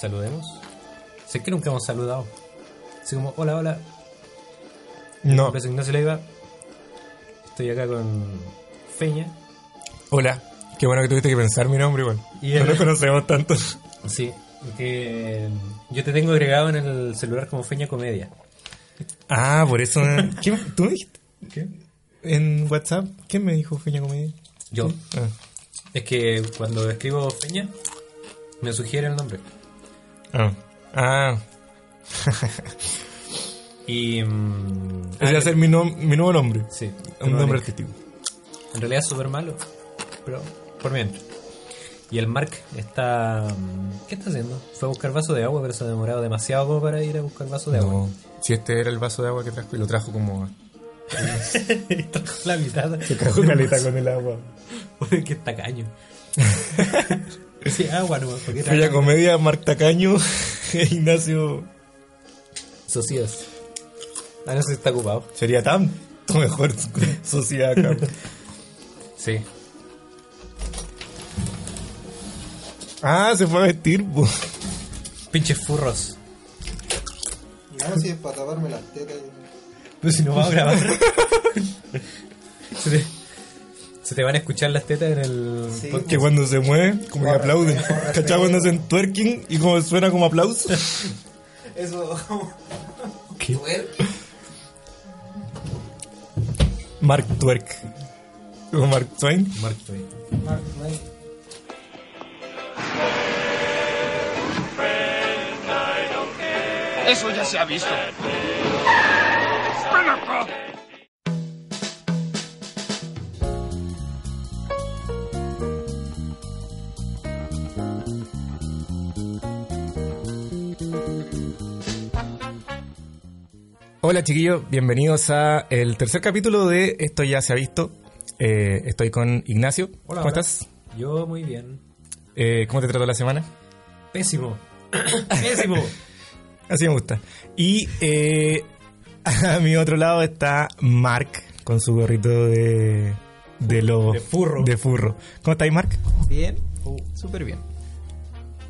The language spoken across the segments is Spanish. saludemos. Sé que nunca hemos saludado. Así como, hola, hola. No. Me presento Ignacio Leiva. Estoy acá con Feña. Hola. Qué bueno que tuviste que pensar mi nombre igual. Y No el- nos conocemos tanto. Sí, que yo te tengo agregado en el celular como Feña Comedia. Ah, por eso. ¿Qué- ¿Tú me dijiste? ¿Qué? En WhatsApp, ¿quién me dijo Feña Comedia? Yo. Ah, Es que cuando escribo Feña, me sugiere el nombre. ah, ah. Y. mm, Ese va a ser mi, nom- mi nuevo nombre. sí, Un nombre artístico. En realidad es súper malo, pero por mientras. Y el Mark está. mm, ¿Qué está haciendo? Fue a buscar vaso de agua, pero se ha demorado demasiado como para ir a buscar vaso de agua. No, si este era el vaso de agua que trajo y lo trajo como. Y trajo la mitad. Trajo caleta con el agua. Uy, qué tacaño. sí, agua nomás, porque Feña Comedia, Marta Caño, e Ignacio. Socios. Ah, no sé si está ocupado. Sería tanto mejor sociedad Camp. Sí. Ah, se fue a vestir, pues. po. Pinches furros. No, si es para taparme las tetas. Pero si no vamos a grabar. se, te, se te van a escuchar las tetas en el. Sí. podcast. Que cuando se mueve, como que Corre, aplaude. corre, ¿Cachai? corre. Cuando hacen twerking y como suena como aplauso. Eso, como. ¿Qué? Twerk. Mark Twerk. Como Mark Twain. Mark Twain. Mark Twain. Eso ya se ha visto. ¡Ven acá! Hola chiquillos, bienvenidos a el tercer capítulo de Esto ya se ha visto. Eh, estoy con Ignacio. Hola, ¿Cómo hola. estás? Yo muy bien. Eh, ¿Cómo te trató la semana? Pésimo. Pésimo. Así me gusta. Y eh, a mi otro lado está Mark con su gorrito de. De lo. De furro. Uh. De furro. ¿Cómo estáis, Mark? Bien, súper bien.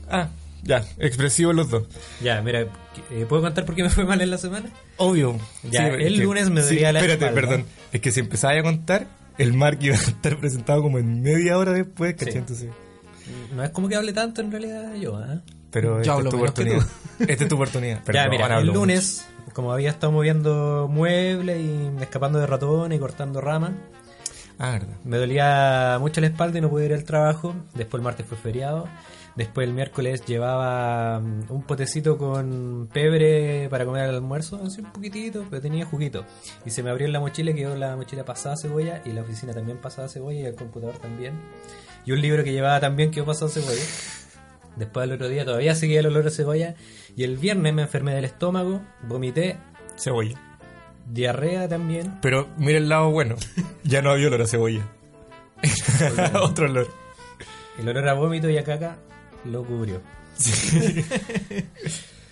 Ah, ya, expresivo los dos. ya, mira, eh, ¿puedo contar por qué me fue mal en la semana? Obvio. Ya, el lunes me dolía la Espérate, espalda. perdón. Es que si empezaba a contar, el Mark iba a estar presentado como en media hora después, ¿cachai? Sí. Entonces. No es como que hable tanto en realidad yo, ¿ah? Pero esta es hablo tu menos que tú. oportunidad. Esta es tu oportunidad. ya, Perdón, mira, el hablo lunes, como había estado moviendo muebles y escapando de ratones y cortando ramas, mucho. Ah, verdad. Me dolía mucho la espalda y no pude ir al trabajo. Después el martes fue feriado. Después el miércoles llevaba mm, un potecito con pebre para comer al almuerzo, así un poquitito, pero tenía juguito. Y se me abrió en la mochila, quedó la mochila pasada a cebolla y la oficina también pasada a cebolla y el computador también. Y un libro que llevaba también quedó pasado a cebolla. Después del otro día todavía seguía el olor a cebolla. Y el viernes me enfermé del estómago, vomité, Cebolla. diarrea también. Pero mira el lado bueno. Ya no había olor a cebolla. Otro olor. El olor a vómito y a caca lo cubrió.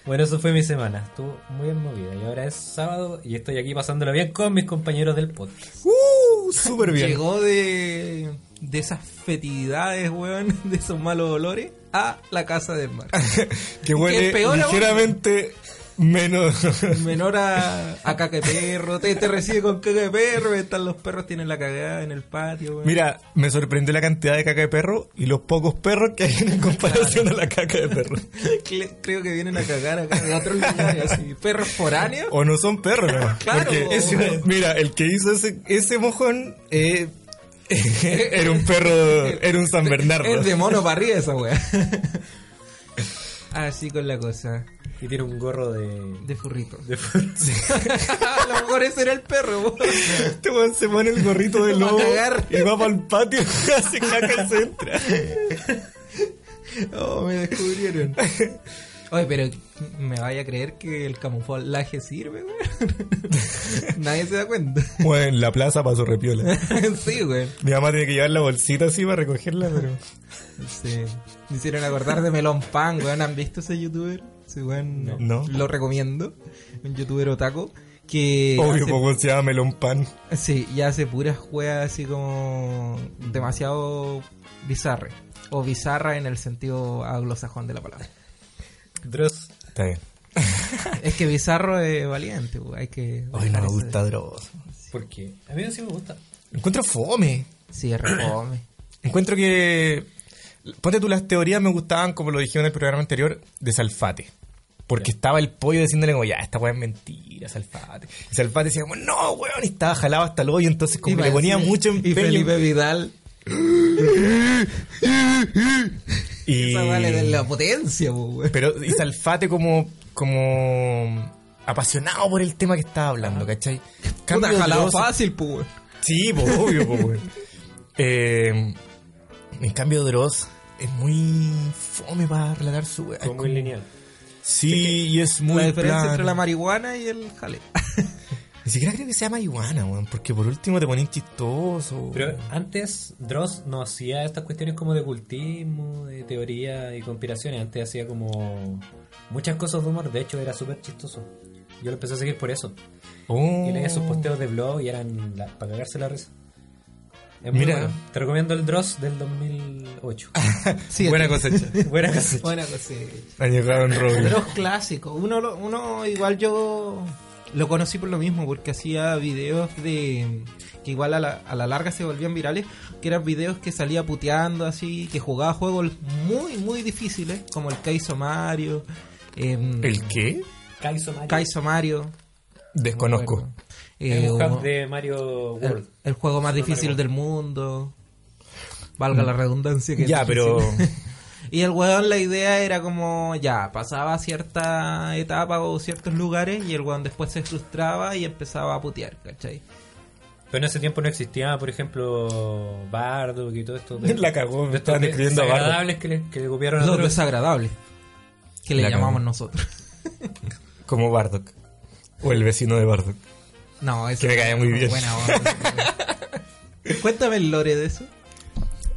bueno, eso fue mi semana. Estuvo muy movida. Y ahora es sábado y estoy aquí pasándolo bien con mis compañeros del podcast. ¡Uh! Súper bien. Llegó de, de esas fetidades, weón, de esos malos olores, a la casa del mar. Que huele es peor aún. ligeramente menos. Menor a, a caca de perro, te, te recibe con caca de perro, están los perros, tienen la cagada en el patio, weón. Mira, me sorprendió la cantidad de caca de perro y los pocos perros que hay en comparación a la caca de perro. Cle- creo que vienen a cagar acá de otros lugares, así. Perros foráneos. O no son perros, ¿no? Claro. Porque, mira, el que hizo ese, ese mojón eh, era un perro, era un San Bernardo. Es de mono para arriba esa weá. Así con la cosa. Y tiene un gorro de. De furrito. de fu- a lo mejor ese era el perro, weón. Este weón se pone el gorrito de Va a lobo cagar. y va para el patio, hace caca y se entra. Oh, me descubrieron. Oye, pero me vaya a creer que el camuflaje sirve, güey. Nadie se da cuenta. Bueno, en la plaza pasó repiola. sí, güey. Mi mamá tiene que llevar la bolsita así para recogerla, pero... Sí. Me hicieron acordar de Melon Pan, güey. ¿Han visto ese youtuber? Sí, güey. No. Lo recomiendo. Un youtuber otaku. Que Obvio, hace- como se llama melón pan. Sí, y hace puras juegas así como demasiado bizarre. O bizarra en el sentido anglosajón de la palabra. Dross. Está bien. Es que Bizarro es valiente, pues, hay que... Hoy no me gusta Dross. ¿Por qué? A mí sí me gusta. Encuentro fome. Sí, es refome. Encuentro que. Ponte tú, las teorías me gustaban, como lo dijimos en el programa anterior, de Salfate. Porque estaba el pollo diciéndole, como, ya, esta weá es mentira, Salfate. Y Salfate decía, como, no, weón, y estaba jalado hasta el hoyo, entonces como que le ponía mucho Y empeño. Felipe Vidal, Y- esa vale de la potencia, pues, güey. Pero y Salfate como, como apasionado por el tema que estaba hablando, ¿cachai? Puta, Cambio jalado Dross- fácil, pues, güey. Sí, po, obvio, po, weón. Eh, en cambio, Dross es muy fome para relatar su weá. Como muy lineal. Sí, y es muy La diferencia plano. entre la marihuana y el jale. Ni siquiera creo que sea marihuana, weón, porque por último te ponen chistoso. Pero antes Dross no hacía estas cuestiones como de cultismo, de teoría y conspiraciones. Antes hacía como muchas cosas de humor. De hecho, era súper chistoso. Yo lo empecé a seguir por eso. Oh. Y leía sus posteos de blog y eran la- para cagarse la risa. Es muy Mira. bueno. Te recomiendo el Dross del 2008. Sí, Buena este- cosecha. Buena cosa. Buena cosecha. Ha llegado en roble. Los clásicos. Uno, lo- uno igual yo lo conocí por lo mismo, porque hacía videos de que igual a la, a la larga se volvían virales, que eran videos que salía puteando así, que jugaba juegos muy, muy difíciles, como el Kaizo Mario, em, ¿El qué? Kaizo Mario. Kaizo Mario, Desconozco. bueno, Es eh, un hack o- de Mario el, World. Eh. el juego más difícil del mundo, valga Mm. la redundancia que es Ya, pero. difícil. Y el weón, la idea era como, ya, pasaba cierta etapa o ciertos lugares y el weón después se frustraba y empezaba a putear, ¿cachai? Pero en ese tiempo no existía, por ejemplo, Bardo y todo esto. La cagó, me de estaban de- escribiendo a Bardo. desagradables que le, que le copiaron a Los Dross. desagradables, que le La llamamos cagó. nosotros. Como Bardock. O el vecino de Bardock. No, eso Que me caía muy bien. Buena onda. Cuéntame el lore de eso.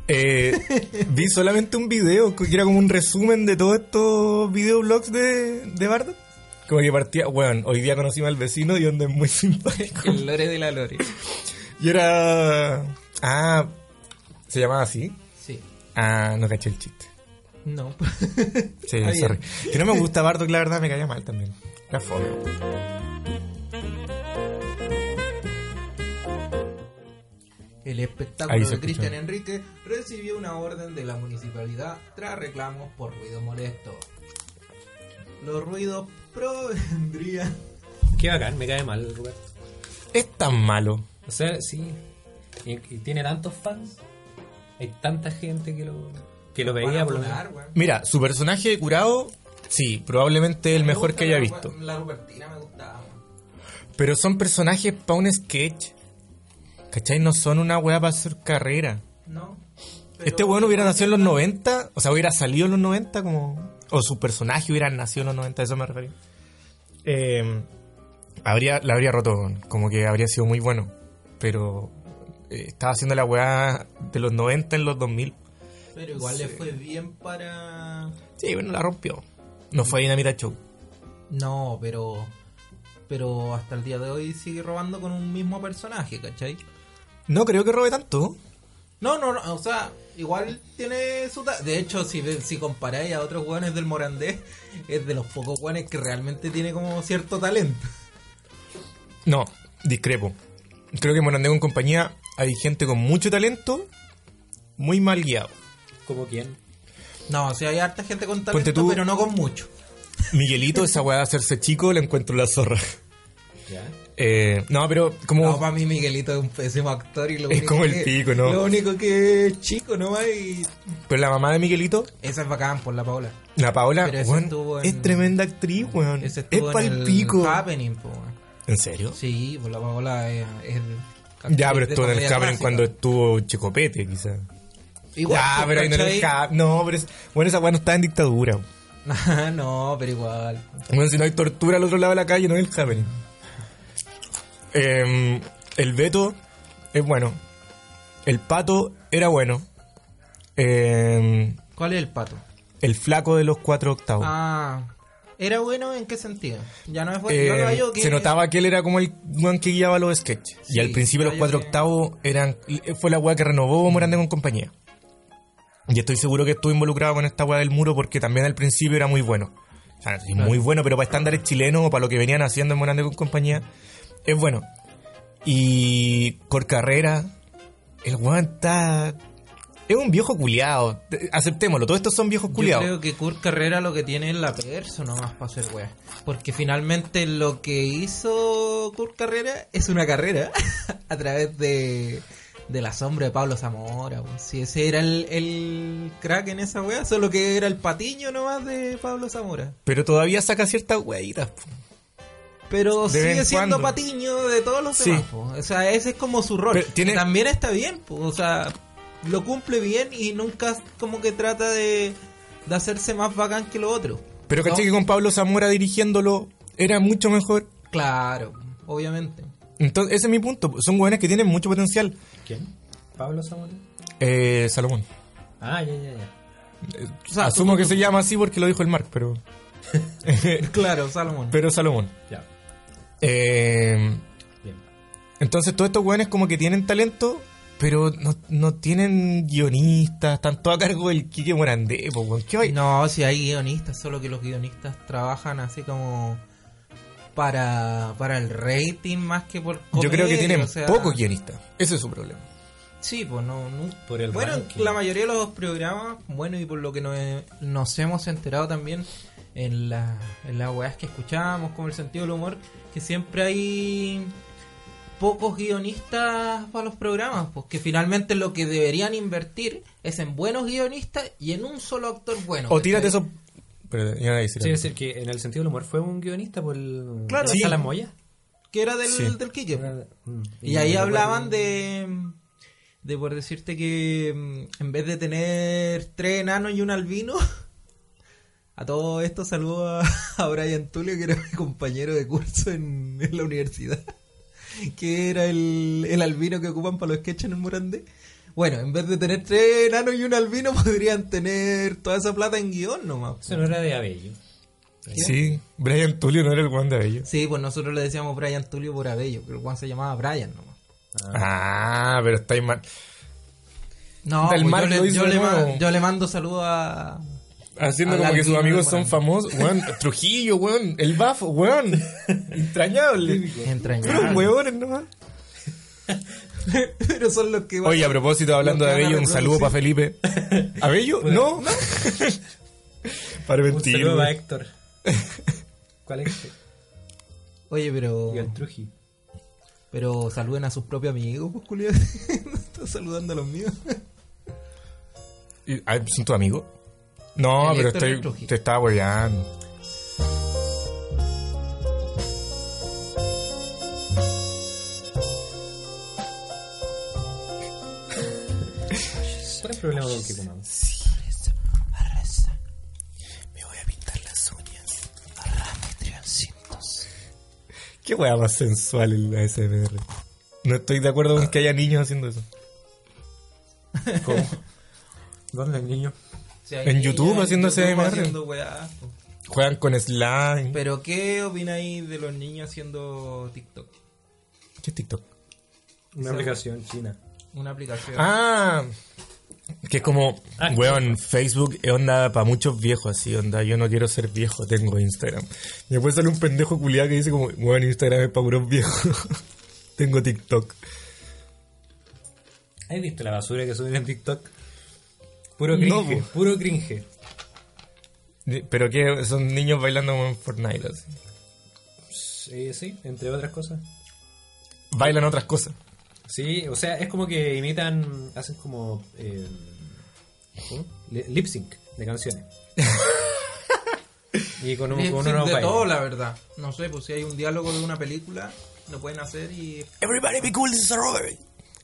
Eh, vi solamente un video que era como un resumen de todos estos videoblogs de, de Bardock. Como que partía, weón, hoy día conocimos al vecino y onda es muy simpático. El lore de la lore. Y era. Ah, se llamaba así. Sí. Ah, no caché el chiste. No. Sí, Está bien. sorry. Que no me gusta Bardock, la verdad me caía mal también. Era fome. El espectáculo Ahí se de escuchó. Cristian Enrique recibió una orden de la municipalidad tras reclamos por ruido molesto. Los ruidos provendrían Qué bacán, me cae mal, Roberto. Es tan malo. O sea, sí. Y, y tiene tantos fans. Hay tanta gente que lo, que lo Van a veía por lo menos. volar, weón. Mira, su personaje de curado, sí, probablemente el Me mejor gusta que haya la- visto. La Rupertina me gustaba. weón. Pero son personajes para un sketch. ¿Cachai? No son una weá para hacer carrera. No. pero- Este weón hubiera nacido en los 90, o sea, hubiera salido en los 90 como... O su personaje hubiera nacido en los 90, a eso me refería. Eh, habría, la habría roto, weón. como que habría sido muy bueno. Pero eh, estaba haciendo la weá de los 90 en los 2000. Pero igual le fue bien para. Sí, bueno, la rompió. No fue Dinamita Show. No, pero. Pero hasta el día de hoy sigue robando con un mismo personaje, ¿cachai? No creo que robe tanto. No, no, no, o sea, igual tiene su... ta- De hecho, si, ve- si comparáis a otros hueones del Morandé, es de los pocos hueones que realmente tiene como cierto talento. No, discrepo. Creo que en Morandé con compañía hay gente con mucho talento, muy mal guiado. Como quién. No, o sea, hay harta gente con Ponte talento, tú- pero no con mucho. Miguelito, esa weá de hacerse chico, la encuentro la zorra. Ya. Eh, no, pero como... No, para mí Miguelito es un pésimo actor y lo Es único como el que- pico, ¿no? Lo único que es chico nomás y... Pero la mamá de Miguelito, Esa es bacán por la Paola. la Paola, Pero ese weón, estuvo en- es tremenda actriz, weón. Ese Es estuvo en pa'l el pico. Happening, po, weón. ¿En serio? Sí, por la Paola es... es Ya, pero de estuvo en el comedia Cameron clásica. cuando estuvo Checopete, quizás. Igual, ya, po, pero ahí no era el ¿cachai? Cap- No, pero... es- Bueno, esa weá no está en dictadura. no, pero igual. Bueno, si no hay tortura al otro lado de la calle, no es el Happening. Em, el Beto es bueno. El Pato era bueno. Em, ¿Cuál es el pato? el Flaco de los cuatro octavos. Ah, ¿era bueno en qué sentido? Ya no es bueno. Eh, yo lo hallo que- Se notaba que él era como el weón que guiaba los sketches. y Sí, al principio los vaya cuatro que- octavos eran fue la weá que renovó Morandé con compañía. Y estoy seguro que estuvo involucrado con esta weá del muro porque también al principio era muy bueno. O sea, es muy bueno, pero para estándares chilenos o para lo que venían haciendo en Morandé con compañía, es bueno. Y por carrera, el weón está. Es un viejo culiado. Aceptémoslo, todos estos son viejos Yo culiados. creo que Kurt Carrera lo que tiene es la perso nomás para hacer weas. Porque finalmente lo que hizo Kurt Carrera es una carrera a través de, de la sombra de Pablo Zamora. weón. Si ese era el, el crack en esa wea, solo que era el patiño nomás de Pablo Zamora. Pero todavía saca ciertas weitas. po. Pero De vez sigue en siendo cuando. patiño de todos los demás. Sí. po. O sea, ese es como su rol. Pero tiene- Y También está bien, po. o sea, lo cumple bien y nunca como que trata de, de hacerse más bacán que lo otro. Pero No, caché que con Pablo Zamora dirigiéndolo era mucho mejor. Claro, obviamente. Entonces, ese es mi punto. Son weones que tienen mucho potencial. ¿Quién? ¿Pablo Zamora? Eh, Salomón. Ah, ya, ya, ya. O sea, Asumo que se llama así porque lo dijo el Mark, pero. Claro, Salomón. pero Salomón. Ya, Eh, bien. entonces, todos estos weones como que tienen talento, pero no, no tienen guionistas, están todos a cargo del Quique Morandé, po, weón. ¿Qué va- No, si hay guionistas, solo que los guionistas trabajan así como para, para el rating más que por... Yo creo que comedia, tienen o sea, pocos guionistas. Ese es su problema. Sí, pues no... no- Por el bueno, ranking. la mayoría de los programas, bueno, y por lo que nos, nos hemos enterado también en, la, en las weas que escuchamos, como el sentido del humor, que siempre hay pocos guionistas para los programas, pues que finalmente lo que deberían invertir es en buenos guionistas y en un solo actor bueno. O tírate ¿cachai? eso. Pero, yo no voy a decir Sí, es algo. decir, que en el sentido del humor fue un guionista por el. Claro, ¿Era sí. Salamoya? que era del, Sí. del Quique. pues. Mm. Y ahí hablaban de, de, por decirte que mm, en vez de tener tres enanos y un albino, a todo esto saludo a, a Brian Tulio, que era mi compañero de curso en, en la universidad, que era el, el albino que ocupan para los sketches en el Morandé. Bueno, en vez de tener tres enanos y un albino, podrían tener toda esa plata en guión nomás. Eso no era de Abello. Sí, Brian Tulio no era el Juan de Bello. Sí, pues nosotros le decíamos Brian Tulio por Abello, pero el Juan se llamaba Brian nomás. Ah, pero estáis mal. No, Del pues Mark yo, lo le, hizo yo de le nuevo. ma- yo le mando saludos a... Haciendo Al como que sus albino amigos de son Morandé. famosos. Weón, Trujillo, weón. El Bafo, weón. Entrañable. Puros Entrañable. weones nomás. Pero son los que... Oye, a propósito, hablando de Los que van a Abello, un saludo para Felipe. ¿Abello? No. para Un mentir. saludo a weón. Héctor. ¿Cuál es este? Oye, pero... Y al Truji. Pero saluden a sus propios amigos, pues, culiao. Está saludando a los míos. Y- ah, ¿Son tus amigos? No, El pero Héctor del estoy, Trujillo. te estaba hueveando. ¿Cuál es el problema con que comamos? Me voy a pintar las uñas. Qué hueá más sensual el ASMR. No estoy de acuerdo con que haya niños haciendo eso. ¿Cómo? ¿Dónde, niño? Sí, hay En niños YouTube en haciendo YouTube ASMR. haciendo weá, pues. Juegan con slime. Pero, ¿qué opináis de los niños haciendo TikTok? ¿Qué es TikTok? Una aplicación china. Una aplicación. Ah, que es como, Ah, weón, Facebook es onda para muchos viejos, así, onda, yo no quiero ser viejo, tengo Instagram. Y después sale un pendejo culiado que dice como, weón, Instagram es para puros viejos, tengo TikTok. ¿Has visto la basura que suben en TikTok? Puro No, cringe, po. puro cringe. Pero que son niños bailando como en Fortnite, así. Sí, Eh, sí, entre otras cosas. Bailan otras cosas. Sí, o sea, es como que imitan, hacen como eh, ¿cómo? Li- lip sync de canciones. y con, un, Lip con sync unos de bailes. todo, la verdad. No sé, pues si hay un diálogo de una película, lo pueden hacer y... Everybody be cool, this is a robbery.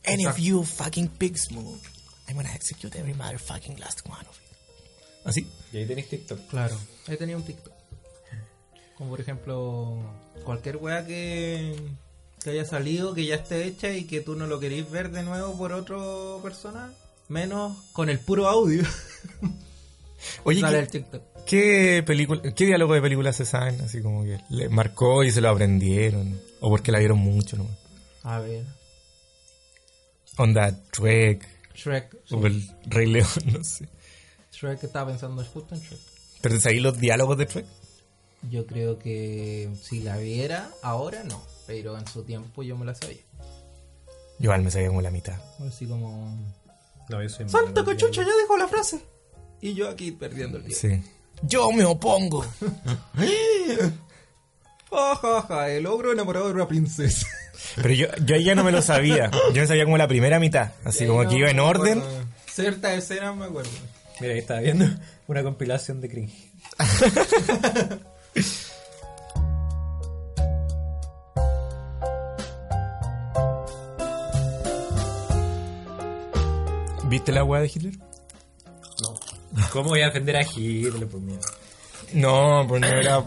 And if Exacto. you fucking pigs move, I'm gonna execute every motherfucking last one of you. Así. Y ahí tenéis TikTok. Claro. He tenido un TikTok. Como por ejemplo, cualquier weá que, que haya salido, que ya esté hecha y que tú no lo querís ver de nuevo por otra persona, menos con el puro audio. Oye, Sale ¿qué, el TikTok. qué película, qué diálogo de película se saben? Así como que le marcó y se lo aprendieron. O porque la vieron mucho, ¿no? A ver. Onda, Trek, Shrek. o el Rey León, no sé. Shrek estaba pensando justo en Shrek. ¿Pero te sabéis los diálogos de Trek? Yo creo que si la viera ahora, no. Pero en su tiempo yo me la sabía. Yo igual me sabía como la mitad. Así como... No, yo soy ¡Santo malo, cochucha! Ya dejó la frase. Y yo aquí perdiendo el tiempo. Sí. Yo me opongo. Ja, ja, ja, el ogro enamorado de una princesa. Pero yo, yo ahí ya no me lo sabía. Yo me sabía como la primera mitad. Así como que iba en orden. Ciertas escenas me acuerdo. Mira, ahí estaba viendo una compilación de cringe. ¿Viste la weá de Hitler? ¿Cómo voy a defender a Hitler por miedo? No, pues no era.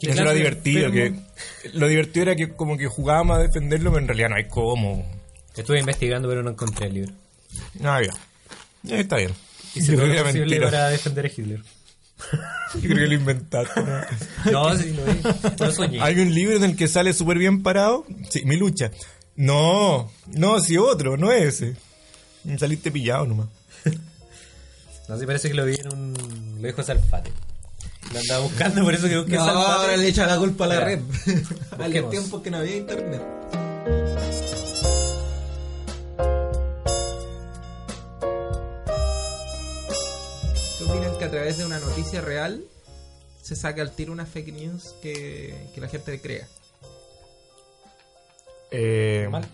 ¿Qué Eso era clase de divertido. Que, enfermo? lo divertido era que como que jugábamos a defenderlo, pero en realidad no hay cómo. Estuve investigando, pero no encontré el libro. Ah, ya. Ya está bien. Hice Yo todo creo lo que era posible mentira. para defender a Hitler. Yo creo que lo inventaste. ¿no? No, sí, lo vi. Lo soñé. Hay un libro en el que sale súper bien parado. Sí, mi lucha. No, no, si otro, no es ese. Saliste pillado nomás. No sé, parece que lo vi en un... Lo dijo Salfate. Lo andaba buscando, por eso que busqué No, Salfate. Ah, ahora le echa la culpa a la Ya. red. Al Busquemos. tiempo que no había internet. ¿Qué opinan que a través de una noticia real se saca al tiro una fake news que, que la gente le crea? Eh, Mal.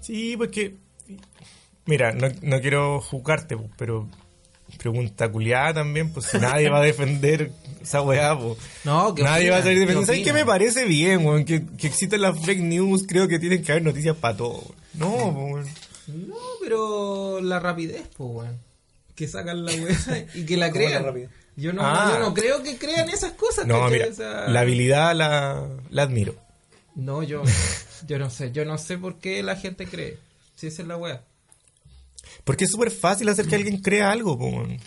Sí, pues que. Mira, no, no quiero juzgarte, pues, pero. Pregunta culiada también, pues si nadie va a defender esa weá, pues. No, Nadie va a salir defendiendo. ¿Sabes qué me parece bien, weón? Que, que existen las fake news, creo que tienen que haber noticias para todo. weón. No, weón. No, pero la rapidez, pues, weón. Que sacan la weá y que la ¿Cómo la crean. rapidez? yo, no, Ah. yo no creo que crean esas cosas. No, ¿cachai? mira, O sea, la habilidad la, la admiro. No, yo, yo no sé. Yo no sé por qué la gente cree. Si esa es la weá. Porque es súper fácil hacer que alguien crea algo, po, weón.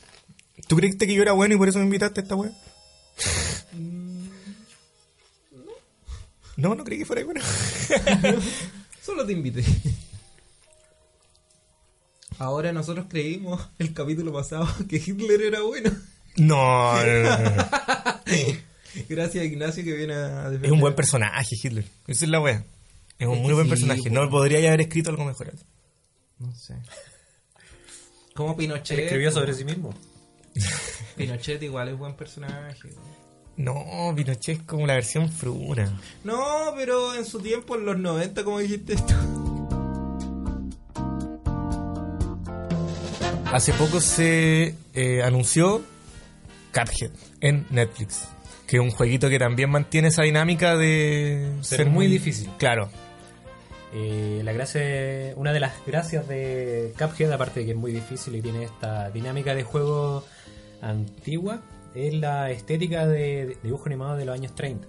¿Tú creíste que yo era bueno y por eso me invitaste a esta weá? No, no creí que fuera bueno. Solo te invité. Ahora nosotros creímos el capítulo pasado que Hitler era bueno. No, no, no, no. Gracias a Ignacio que viene a defender. es un buen personaje, Hitler. Esa es la weá. Es un muy buen sí, personaje. po. No podría haber escrito algo mejor. No sé. Como Pinochet. Él escribió sobre sí mismo. Pinochet igual es buen personaje. No, Pinochet es como la versión fruna. No, pero en su tiempo, en los 90, como dijiste esto. Hace poco se eh, anunció Cuphead en Netflix, que es un jueguito que también mantiene esa dinámica de Ser muy difícil. Claro, Eh, la gracia, una de las gracias de Cuphead, aparte de que es muy difícil y tiene esta dinámica de juego antigua, es la estética de dibujo animado de los años 30.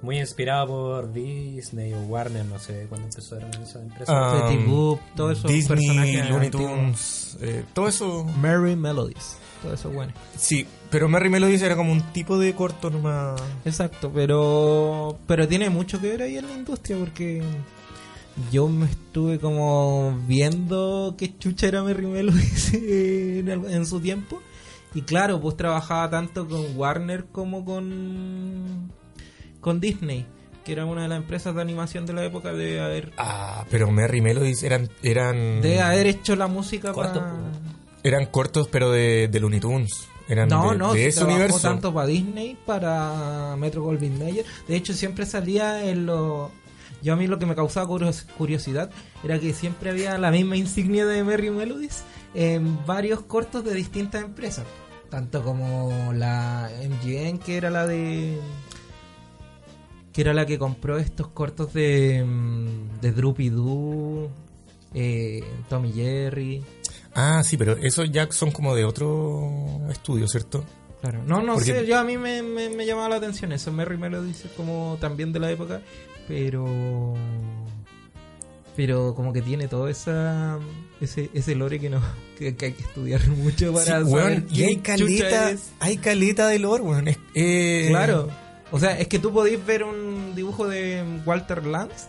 Muy inspirada por Disney o Warner, no sé cuándo empezó esa empresa. Ah, Betty Boop, todos esos Disney, personajes Looney antiguos. Tunes, eh, todo eso. Merry Melodies. Todo eso bueno. Sí, pero Merry Melodies era como un tipo de corto nomás. Exacto, pero pero tiene mucho que ver ahí en la industria porque yo me estuve como viendo qué chucha era Merry Melodies en, al- en su tiempo y claro, pues trabajaba tanto con Warner como con con Disney, que era una de las empresas de animación de la época de haber Ah, pero Merry Melodies eran eran de haber hecho la música Mm. Corto, para pues. eran cortos, pero de, de Looney Tunes. Eran No, de, no, de se ese trabajó universo. tanto para Disney, para Metro Goldwyn Mayer. De hecho, siempre salía en los... Yo a mí lo que me causaba curios- curiosidad era que siempre había la misma insignia de Merry Melodies en varios cortos de distintas empresas. Tanto como la MGM, que era la de... Que era la que compró estos cortos de, mm, de Droopy Doo, eh, Tommy Jerry. Ah, sí, pero esos ya son como de otro estudio, ¿cierto? Claro, no, no Porque- sé, yo a mí me, me, me llamaba la atención eso, Merry me lo dice como también de la época, pero pero como que tiene todo esa ese, ese lore que no que, que hay que estudiar mucho para Sí, weón, saber y quién hay chucha caleta, es. hay caleta de lore, weón. Es- eh, Claro. O sea, es que tú podéis ver un dibujo de Walter Lance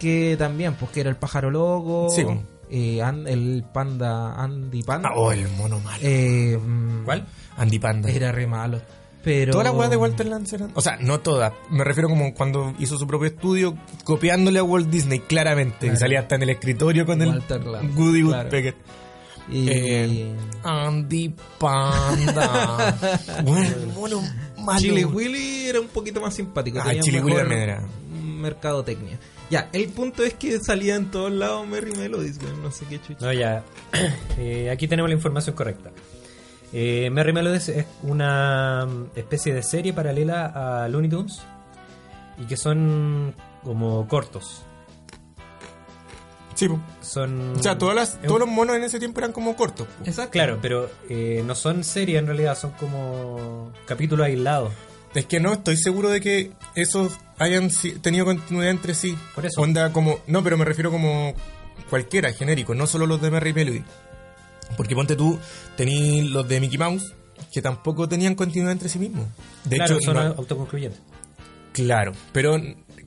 que también pues que era el pájaro loco, Sí, bueno. eh, An- el panda Andy Panda. Ah, oh, el Oh, mono malo. Eh, mm, ¿Cuál? Andy Panda. Era re malo. Pero... Todas las weas de Walter Lantz eran. O sea, no todas. Me refiero como cuando hizo su propio estudio, copiándole a Walt Disney, claramente. Y salía hasta en el escritorio con Walter el Lantz, Goody claro. Woodpecker. Y- Eh, Andy Panda. bueno, mono malo. Chile Willy era un poquito más simpático. Ah, tenía Chili Willy mejor también era. Mercadotecnia. Ya, el punto es que salía en todos lados Merry Melodies, weón, no sé qué chucha. No, ya. Eh, aquí tenemos la información correcta. Eh, Merry Melodies es una especie de serie paralela a Looney Tunes y que son como cortos. Sí, po. Son, o sea, todas las, es un- todos los monos en ese tiempo eran como cortos. po. Exacto. Claro, pero eh, no son series en realidad, son como capítulos aislados. Es que no estoy seguro de que esos hayan si- tenido continuidad entre sí. Por eso. Onda como. No, pero me refiero como cualquiera, genérico, no solo los de Merry Melody. Porque ponte tú, tení los de Mickey Mouse, que tampoco tenían continuidad entre sí mismos. De claro, hecho, son no- autoconcluyentes. claro. Pero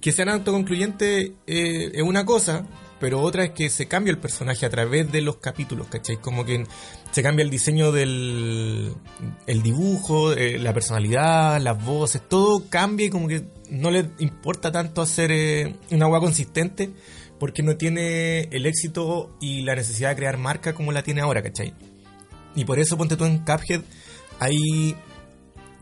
que sean autoconcluyentes eh, es una cosa, pero otra es que se cambia el personaje a través de los capítulos, ¿cachai? Como que se cambia el diseño del el dibujo, eh, la personalidad, las voces, todo cambia y como que no le importa tanto hacer eh, una agua consistente porque no tiene el éxito y la necesidad de crear marca como la tiene ahora, ¿cachai? Y por eso ponte tú en Cuphead, hay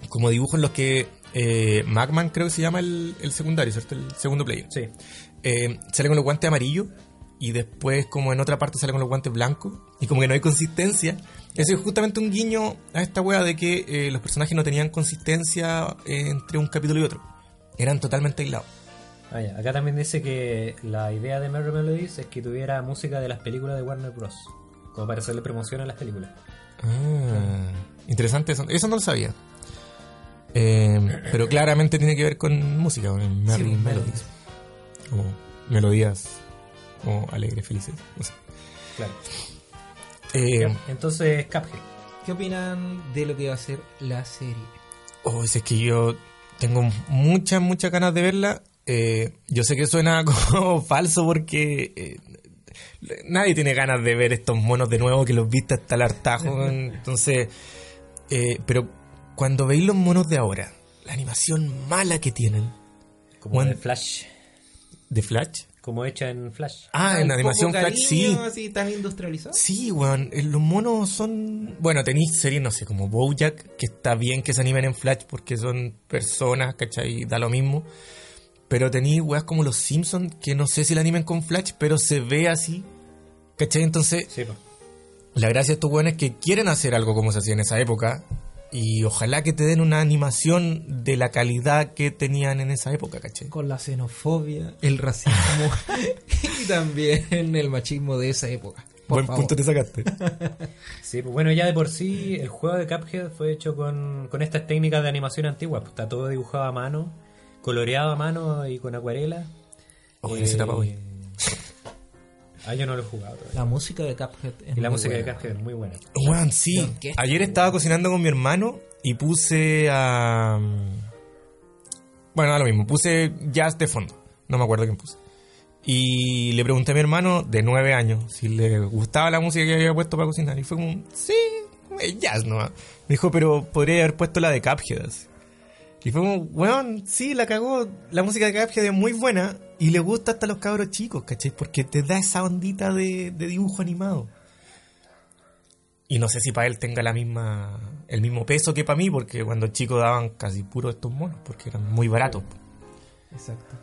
como dibujos en los que eh, Magman creo que se llama el, el secundario, ¿cierto? El segundo player. Sí. Eh, sale con los guantes amarillos y después como en otra parte sale con los guantes blancos y como que no hay consistencia. Ese es justamente un guiño a esta wea de que eh, los personajes no tenían consistencia eh, entre un capítulo y otro. Eran totalmente aislados. Ah, ya. Acá también dice que la idea de Merry Melodies es que tuviera música de las películas de Warner Bros. Como para hacerle promoción a las películas. Ah, interesante eso. Eso no lo sabía. Eh, pero claramente tiene que ver con música, con Merry pues, Melodies. O melodías o alegres, felices. no sé. Claro. Eh, Entonces, Cuphead. ¿Qué opinan de lo que va a ser la serie? Oh, si es que yo tengo muchas, muchas ganas de verla. Eh, yo sé que suena como falso porque eh, nadie tiene ganas de ver estos monos de nuevo que los viste hasta el hartajo. Entonces, eh, pero cuando veis los monos de ahora, la animación mala que tienen Como Bueno. de Flash. de Flash. Como hecha en Flash. Ah, en Tan animación poco Flash, sí. cariño, así tan industrializado. Sí, weón. eh, Los monos son. Bueno, tenéis series, no sé, como Bojack, que está bien que se animen en Flash porque son personas, ¿cachai? Da lo mismo. Pero tenéis weas como los Simpsons, que no sé si la animen con Flash, pero se ve así. ¿cachai? Entonces, Sí, po. la gracia de estos weones es que quieren hacer algo como se hacía en esa época. Y ojalá que te den una animación de la calidad que tenían en esa época, ¿cachai? Con la xenofobia, el racismo y también el machismo de esa época. Por Buen favor. punto te sacaste. Sí, pues bueno, ya de por sí el juego de Cuphead fue hecho con, con estas técnicas de animación antiguas. Pues está todo dibujado a mano, coloreado a mano y con acuarela. Ojo, ese Eh, tapa hoy. Ah, yo no lo he jugado todavía. La música de Cuphead. es Y la muy música buena. de Cuphead es muy buena. Weón, sí. ¿Qué? Ayer estaba cocinando con mi hermano y puse a. mm, Bueno, da lo mismo. Puse jazz de fondo. No me acuerdo quién puse. Y le pregunté a mi hermano de nueve años si le gustaba la música que había puesto para cocinar. Y fue como, sí, es jazz nomás. Me dijo, pero podría haber puesto la de Cuphead. así. Y fue como, weón, sí, la cagó. La música de Cuphead es muy buena y le gusta hasta a los cabros chicos, ¿cachai? Porque te da esa ondita de, de dibujo animado. Y no sé si para él tenga la misma, el mismo peso que para mí, porque cuando chico daban casi puro estos monos, porque eran muy baratos. Exacto.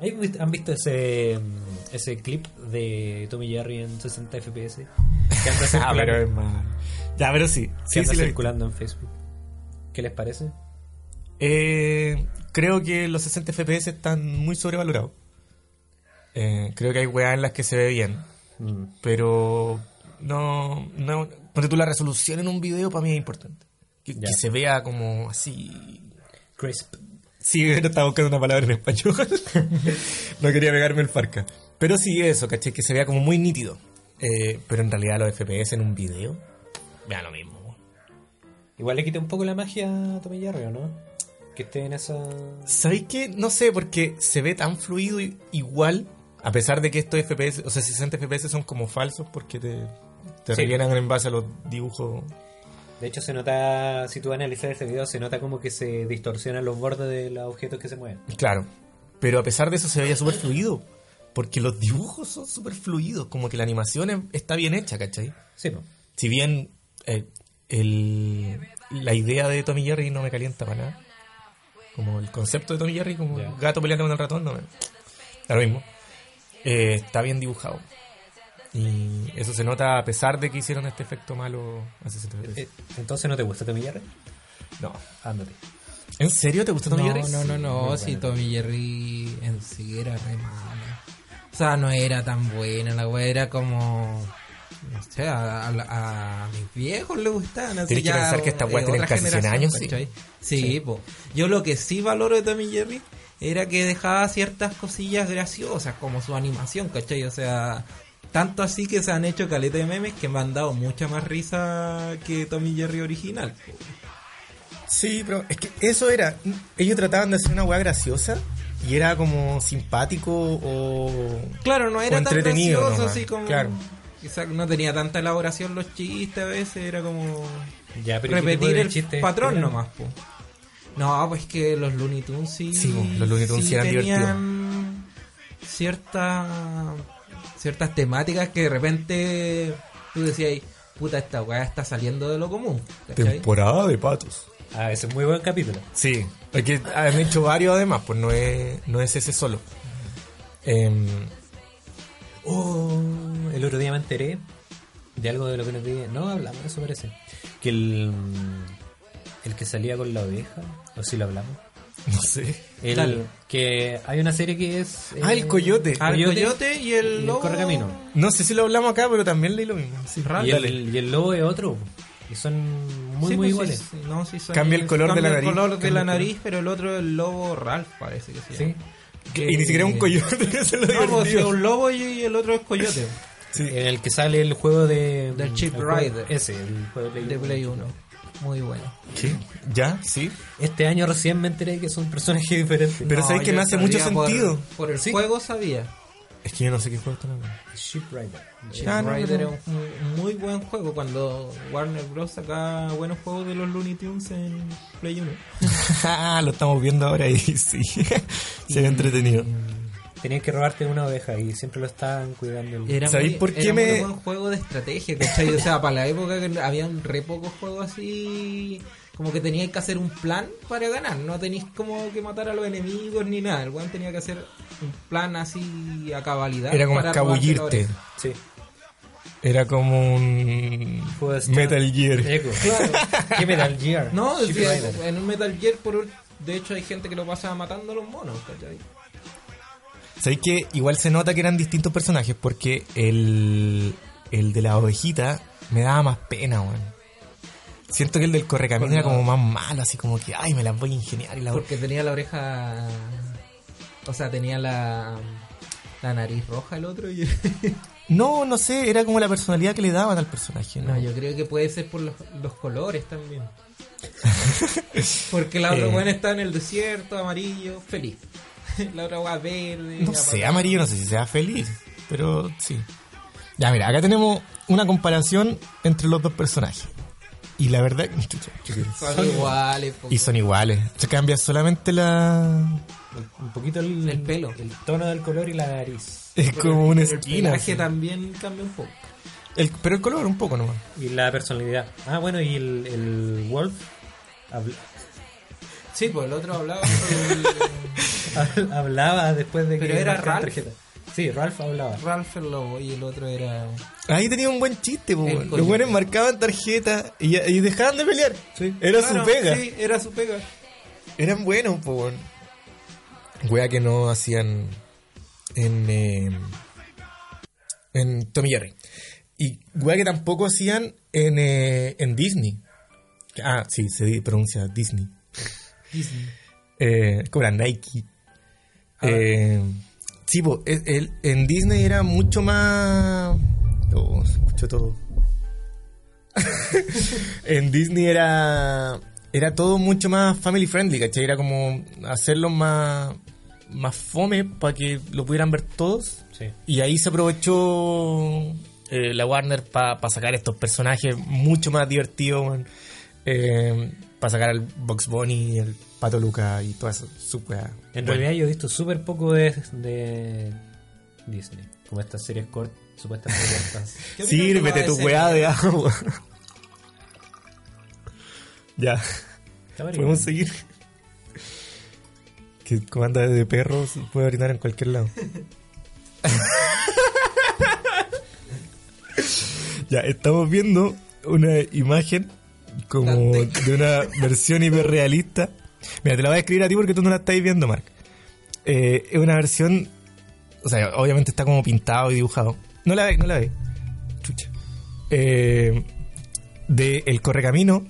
¿Hay vi- ¿Han visto ese, mm, ese clip de Tommy Jerry en 60 FPS? Que anda Ah, circulando, pero es más. Ya, pero sí. que Sí, anda sí, lo he visto. circulando en Facebook. ¿Qué les parece? Eh, creo que los 60 FPS están muy sobrevalorados. Eh, creo que hay weas en las que se ve bien, Mm. pero no. no ponte tú la resolución en un video, para mí es importante. Que, Ya. que se vea como así. Crisp. Sí, pero estaba buscando una palabra en español. no quería pegarme el farca. Pero sí, eso, caché, que se vea como muy nítido. Eh, pero en realidad los FPS en un video, vean lo mismo. weón. Igual le quita un poco la magia a Tommy Jerry, ¿o ¿no? Que esté en esa... ¿Sabéis qué? No sé, porque se ve tan fluido i- igual, a pesar de que estos FPS, o sea, 60 FPS son como falsos porque te, te Sí. rellenan en base a los dibujos De hecho, se nota, si tú analizas ese video, se nota como que se distorsionan los bordes de los objetos que se mueven. Claro. Pero a pesar de eso se veía súper fluido. Porque los dibujos son súper fluidos. Como que la animación es- está bien hecha, ¿cachai? Sí, po. Si bien eh, el- la idea de Tommy Jerry no me calienta para nada. Como el concepto de Tommy Jerry, como Ya. un gato peleando con el ratón, no me... Da lo mismo. Eh, está bien dibujado. Y eso se nota a pesar de que hicieron este efecto malo a 60 FPS. Eh, Entonces, ¿no te gusta Tommy Jerry? No. Ándate. ¿En serio te gusta Tommy No, Jerry? no, no, no, muy si bueno. Tommy Jerry en sí era re mala. O sea, no era tan buena, la wea era como. No sé, a, a- a mis viejos les gustaban. así Tienes que ya pensar que esta wea de tiene otra casi 100 generación, años, sí. ¿cachai? Sí, po. Yo lo que sí valoro de Tommy Jerry era que dejaba ciertas cosillas graciosas, como su animación, ¿cachai? O sea. Tanto así que se han hecho caleta de memes que me han dado mucha más risa que Tommy Jerry original. po. Sí, pero es que eso era. Ellos trataban de hacer una weá graciosa y era como simpático o. Claro, no era O tan entretenido gracioso nomás, así como. claro. Quizá no tenía tanta elaboración los chistes a veces, era como Ya, pero ¿qué tipo repetir de el chiste patrón era? nomás, po. No, pues que los Looney Tunes sí. Sí, po, los Looney Tunes sí eran tenían cierta- ciertas temáticas que de repente tú decías, puta, esta weá está saliendo de lo común. ¿cachai? Temporada de patos. Ah, ese es muy buen capítulo. Sí, porque han hecho varios además, pues no es, no es ese solo. Em, Oh, el otro día me enteré de algo de lo que nos dije. No hablamos, eso parece. Que el, mm, el que salía con la oveja, o si lo hablamos. no sé. El, Dale. que hay una serie que es. eh, Ah, el coyote. Ah, el Coyote coyote y y el el lobo. correcamino. No sé si lo hablamos acá, pero también leí lo mismo. Sí, Y dale. el, y el lobo es otro. Y son muy, Ah, muy Sí, pues, iguales. sí, sí, no, sí son- Cambia el color de la Cambia el nariz, color de cambia la el nariz, pero el otro es el lobo Ralph, parece que se llama. Sí. Que- y ni siquiera un coyote, que se lo No, pues, divertido. es un lobo y y el otro es coyote. Sí. En el que sale el juego de. mm, Del Chip el juego- Rider. Ese, el juego de Play de uno. Play 1. Muy bueno. ¿Qué? ¿Ya? ¿Sí? Este año recién me enteré que son personajes diferentes. Pero sabéis que yo me hace mucho sabía por- sentido. Por el Sí. juego sabía. Es que yo no sé qué juego están hablando. Chip Rider. Chip Ah, no, Rider pero- es un un muy buen juego cuando Warner Bros. saca buenos juegos de los Looney Tunes en Play 1. Ah, lo estamos viendo ahora y sí. Se ve entretenido. Tenías que robarte una oveja y siempre lo estaban cuidando. el- Era ¿Sabéis muy, por qué era me- muy buen juego de estrategia, ¿cachai? O sea, para la época que habían re pocos juegos así, como que teníais que hacer un plan para ganar, no tenéis como que matar a los enemigos ni nada, el weón tenía que hacer un plan así a cabalidad. Era como para robarte la escabullirte. oreja. Sí. Era como un Juego de Star- Metal Gear. Echo. Claro. ¿Qué Metal Gear? No, Chip sí, Rider. en un Metal Gear, por ul- de hecho, hay gente que lo pasa matando a los monos, ¿cachai? ¿Sabéis que igual se nota que eran distintos personajes? Porque el, el de la ovejita me daba más pena, weón. Siento que el del correcamino era como más malo, así como que, ay, me las voy a ingeniar. Y la... Porque tenía la oreja. O sea, tenía la. La nariz roja el otro y. No, no sé, era como la personalidad que le daban al personaje. ¿no? No, yo creo que puede ser por los, los colores también. Porque la otra Eh. buena está en el desierto, amarillo, feliz. La otra va verde. No la sé, otra- amarillo, no sé si sea feliz, pero sí. Ya, mira, acá tenemos una comparación entre los dos personajes. Y la verdad, chucha, Son iguales. po. y son iguales. Se cambia solamente la. Un poquito el, El pelo. El tono del color y la nariz. Es como una El esquina. pelaje así. también cambia un poco. El- pero el color, un poco nomás. Y la personalidad. Ah, bueno, y el, el Wolf habl- Sí, pues el otro hablaba. Pero habl- hablaba después de que. Pero era marcaban Ralph. tarjeta. Sí, Ralph hablaba. el Ralph el lobo y el otro era. Ahí tenía un buen chiste, po, El weón. coyote. Los buenos marcaban tarjetas y, ya- y dejaban de pelear. Era Claro, su pega. Sí, era su pega. Eran buenos, po, weón. Wea que no hacían en. eh, en Tommy Jerry. Y wea que tampoco hacían en, eh, en Disney. Ah, sí, se di- pronuncia Disney. Eh, es como la Nike. Eh, sí, po, el- el- en Disney era mucho más. Oh, se escuchó todo. en Disney era. Era todo mucho más family friendly, ¿cachai? Era como hacerlo más. Más fome para que lo pudieran ver todos. Sí. Y ahí se aprovechó eh, la Warner para sacar estos personajes mucho más divertidos, weón. Eh, para sacar al Box Bunny, el Pato Luca y toda esa su weá. En Bueno, realidad yo he visto súper poco de, de Disney. Como estas series cort- supuestamente cortas. ¿Qué opinas de Sírvete la tu serie? weá de agua. ya, Está bueno. podemos seguir. Que comanda de perros puede orinar en cualquier lado. ya, estamos viendo una imagen como de una versión hiperrealista. Mira, te la voy a escribir a ti porque tú no la estáis viendo, Mark. Eh, es una versión. O sea, obviamente está como pintado y dibujado. No la ve, no la ve. Chucha. Eh, de El Correcamino,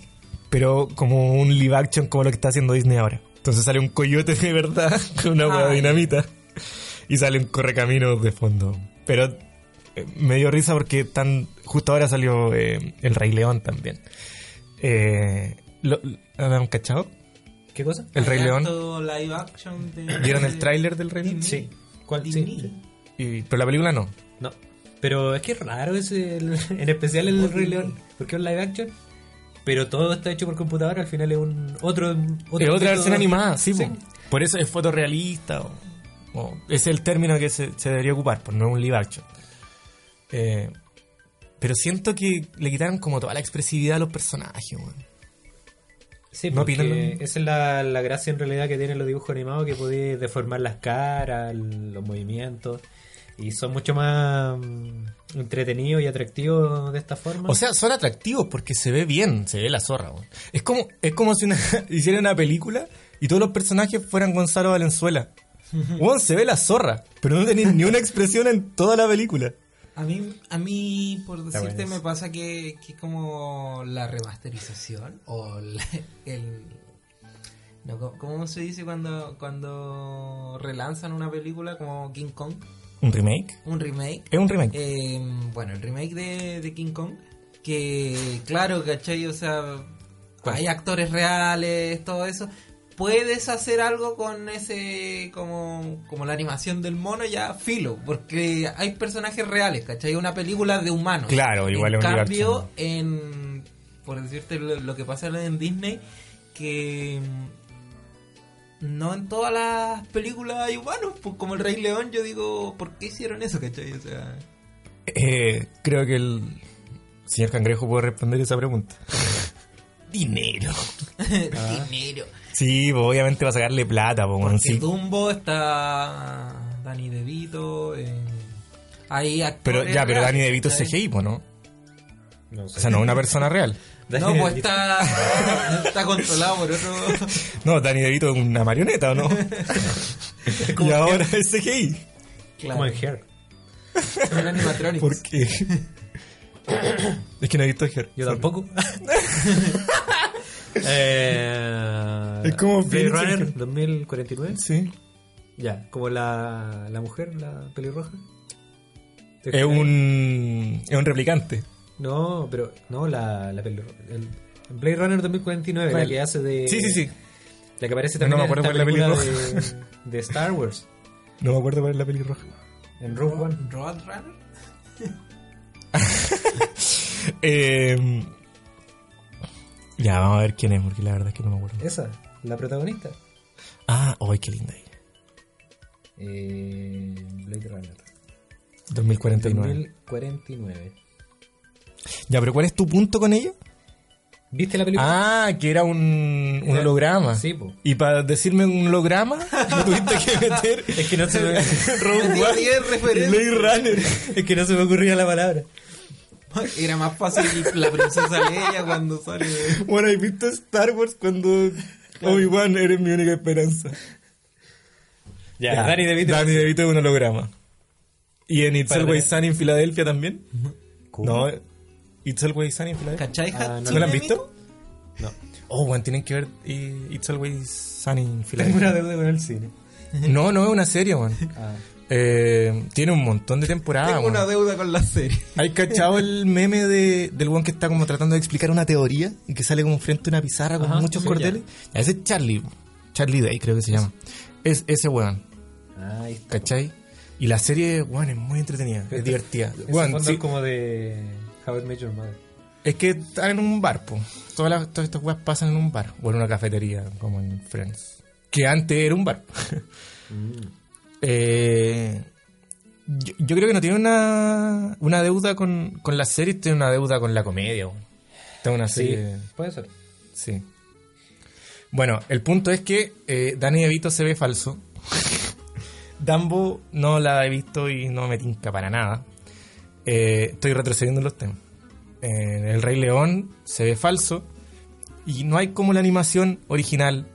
pero como un live action como lo que está haciendo Disney ahora. Entonces sale un coyote de verdad con una hueá de dinamita. Y sale un correcaminos de fondo. Pero eh, me dio risa porque tan justo ahora salió eh, El Rey León también. Eh, lo, ¿Han cachado? ¿Qué cosa? Ah, El Rey León. Tanto live action de- ¿Vieron el tráiler del Rey León? Sí. ¿Cuál? Disney. Sí. Y- pero la película no. No. Pero es que es raro ese, el- en especial el Rey León, porque es un live action, pero todo está hecho por computadora, al final es un otro... Es otra método. versión animada, sí, Sí. po. Por eso es fotorrealista. O, o- ese es el término que se, se debería ocupar, por no un live action. Eh, pero siento que le quitaron como toda la expresividad a los personajes, weón. Sí, ¿No porque opinan lo mismo? esa es la, la gracia en realidad que tienen los dibujos animados, que podéis deformar las caras, l- los movimientos, y son mucho más mm, entretenidos y atractivos de esta forma. O sea, son atractivos porque se ve bien, se ve la zorra, weón. Es como, es como si una, hiciera una película y todos los personajes fueran Gonzalo Valenzuela. Weón, se ve la zorra, pero no tenés ni una expresión en toda la película. A mí, a mí por decirte, bueno. me pasa que que es como la remasterización o la- el... no, co- ¿Cómo se dice cuando, cuando relanzan una película como King Kong? ¿Un remake? Un remake. Es un remake. Eh, bueno, el remake de, de King Kong. Que, claro, ¿cachai? O sea, hay actores reales, todo eso. Puedes hacer algo con ese, como, como la animación del mono ya filo, porque hay personajes reales, ¿cachai? Una película de humanos. Claro, igual En es un live cambio, action. en, por decirte lo, lo que pasa en Disney, que mm, no en todas las películas hay humanos, pues como el Rey León, yo digo, ¿por qué hicieron eso, cachai? O sea... Eh, creo que el señor Cangrejo puede responder esa pregunta. Dinero. Dinero. Sí, pues, obviamente va a sacarle plata, po, weón. Que Ah, Sí. Dumbo está Danny DeVito. eh, hay actores Pero ya, pero reales, Danny DeVito es ¿cachai? CGI, po, ¿no? no O sea, no es una persona real. No, pues está, está controlado por otro. No, Danny DeVito es una marioneta, ¿o no? y ahora es CGI. Claro, Como en Hair. son animatronics. ¿Por qué? es que no he visto Her. Yo tampoco. eh, Es como Blade Phoenix Runner en- 2049. Sí. Ya, como la, la mujer, la pelirroja. Eh, Es un, es un replicante. No, pero no, la, la pelirroja. El, en Blade Runner 2049, la ¿Cuál? que hace de. Sí, sí, sí. La que aparece No también me en acuerdo esta cuál es la película de, de Star Wars, No me acuerdo cuál es la pelirroja. en Rogue One. Roadrunner. Eh, ya, vamos a ver quién es, porque la verdad es que no me acuerdo. Esa, la protagonista. Ah, ay, qué linda ella. Eh, Blade Runner. 2049. 2049. Ya, pero ¿cuál es tu punto con ella? ¿Viste la película? Ah, que era un, un Era- holograma. sí, po. Y para decirme un holograma, me tuviste que meter Es que no se me, Rogue Tenía One 10 y referencias. Blade Runner. es que no se me ocurría la palabra. Era más fácil la princesa Leia cuando sale. de- Bueno, ¿y viste Star Wars cuando Obi-Wan eres mi única esperanza? Ya, Danny DeVito. Danny DeVito es un holograma. ¿Y en It's Para Always ver. Sunny en Filadelfia también? No, It's Always Sunny en Filadelfia. ¿Cachai? Ah, ¿No la han visto? No. Oh, bueno, tienen que ver eh, It's Always Sunny en Tengo una Filadelfia. deuda con el cine. No, no es una serie, weón. Ah. Eh, tiene un montón de temporadas. Tengo weón. una deuda con la serie. ¿Hay cachado el meme de, del weón que está como tratando de explicar una teoría y que sale como frente a una pizarra con Ajá, muchos sí, cordeles? Ya, Ese es Charlie, Charlie Day creo que se llama. Es ese weón, Ah, Ahí está. ¿cachai? Y la serie, bueno, es muy entretenida, es divertida. Ese Bueno, fondo sí, es como de How I Met Your Mother. es que están en un bar, po. Todas, las- todas estas weas pasan en un bar, o en una cafetería, como en Friends. Que antes era un bar. Eh, yo, yo creo que no tiene una, una deuda con, con las series, tiene una deuda con la comedia. weón. Esta es una Sí, serie. puede ser. Sí. Bueno, el punto es que eh, Danny DeVito se ve falso. Dumbo no la he visto y no me tinca para nada. Eh, estoy retrocediendo en los temas. Eh, el Rey León se ve falso y no hay como la animación original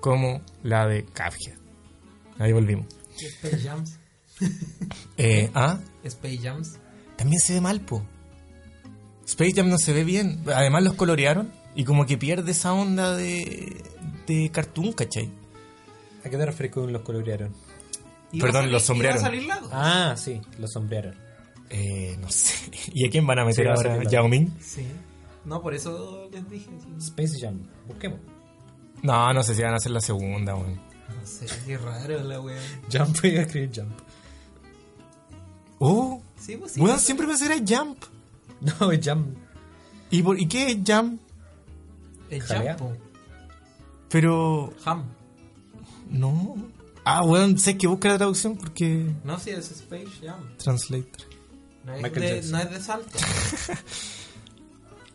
como la de Cuphead. Ahí volvimos. Space Jams. Eh, ah, Space Jams. también se ve mal, po. Space Jam no se ve bien. Además los colorearon y como que pierde esa onda de, de cartoon, ¿cachai? ¿A qué te refieres con los colorearon? Iba Perdón, a salir- los sombrearon. iba a salir lado. Ah, sí, los sombrearon. Eh, no sé. ¿Y a quién van a Sí, meter va a ahora? salir la- ¿Yao Ming? Sí. No, por eso les dije. sí. Space Jam, busquemos. No, no sé si van a hacer la segunda, weón. No sé, qué raro la wea. Jump, voy a escribir Jump. ¡Oh! Sí, pues sí. Weón, siempre pensé era Jump. No, es Jump. ¿Y, por, ¿Y qué es Jump? El Jalea. Jampo. Pero. Ham. No. Ah, weón, sé que busca la traducción porque. No, sí, es Space Jam. Translator. No es, Michael de, Jackson. no es de Salto.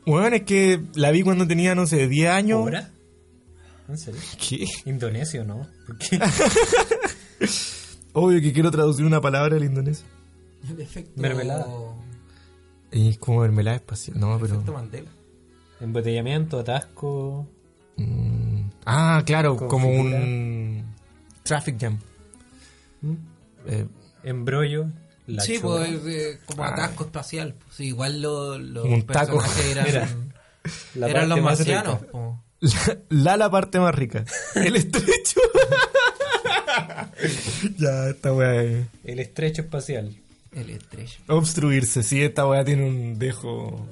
Weón, es que la vi cuando tenía, no sé, 10 años. ¿Ahora? ¿En serio? ¿Qué? Indonesio, ¿no? ¿Por qué? Obvio que quiero traducir una palabra al indonesio. El efecto. Mermelada. Y es como mermelada espacial. No, pero. Efecto Mandela. Embotellamiento, atasco. Mm. Ah, claro, Con como figura. un. Traffic Jam. ¿Mm? Eh, Embrollo. La sí, chora. pues eh, como Ah. atasco espacial. Pues, sí, igual los los Un taco. personajes eran, La pues, eran los parte más marcianos. pues. rica. po. La, la, la parte más rica. El estrecho. ya, esta weá es. El estrecho espacial. El estrella. Obstruirse, sí, esta weá tiene un dejo.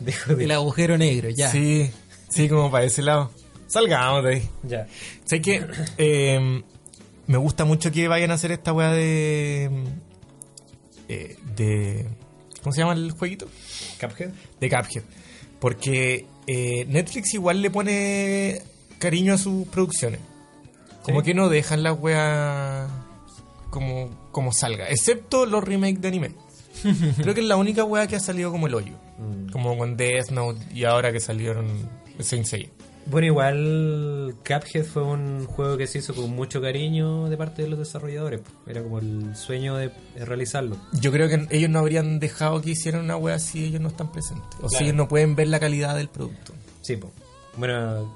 Dejo de... El agujero negro, ya. Sí, sí, como para ese lado. Salgamos de ahí. Ya. Sé que eh, me gusta mucho que vayan a hacer esta weá de. eh, de. ¿Cómo se llama el jueguito? Cuphead. de Cuphead. Porque eh, Netflix igual le pone cariño a sus producciones. Como Sí. que no dejan las weas como, como salga. Excepto los remakes de anime. Creo que es la única wea que ha salido como el hoyo. Como con Death Note y ahora que salieron Saint Seiya. Bueno, igual Cuphead fue un juego que se hizo con mucho cariño de parte de los desarrolladores. po. Era como el sueño de de realizarlo. Yo creo que ellos no habrían dejado que hicieran una wea si ellos no están presentes. O si ellos no pueden ver la calidad del producto. Sí, po. Bueno,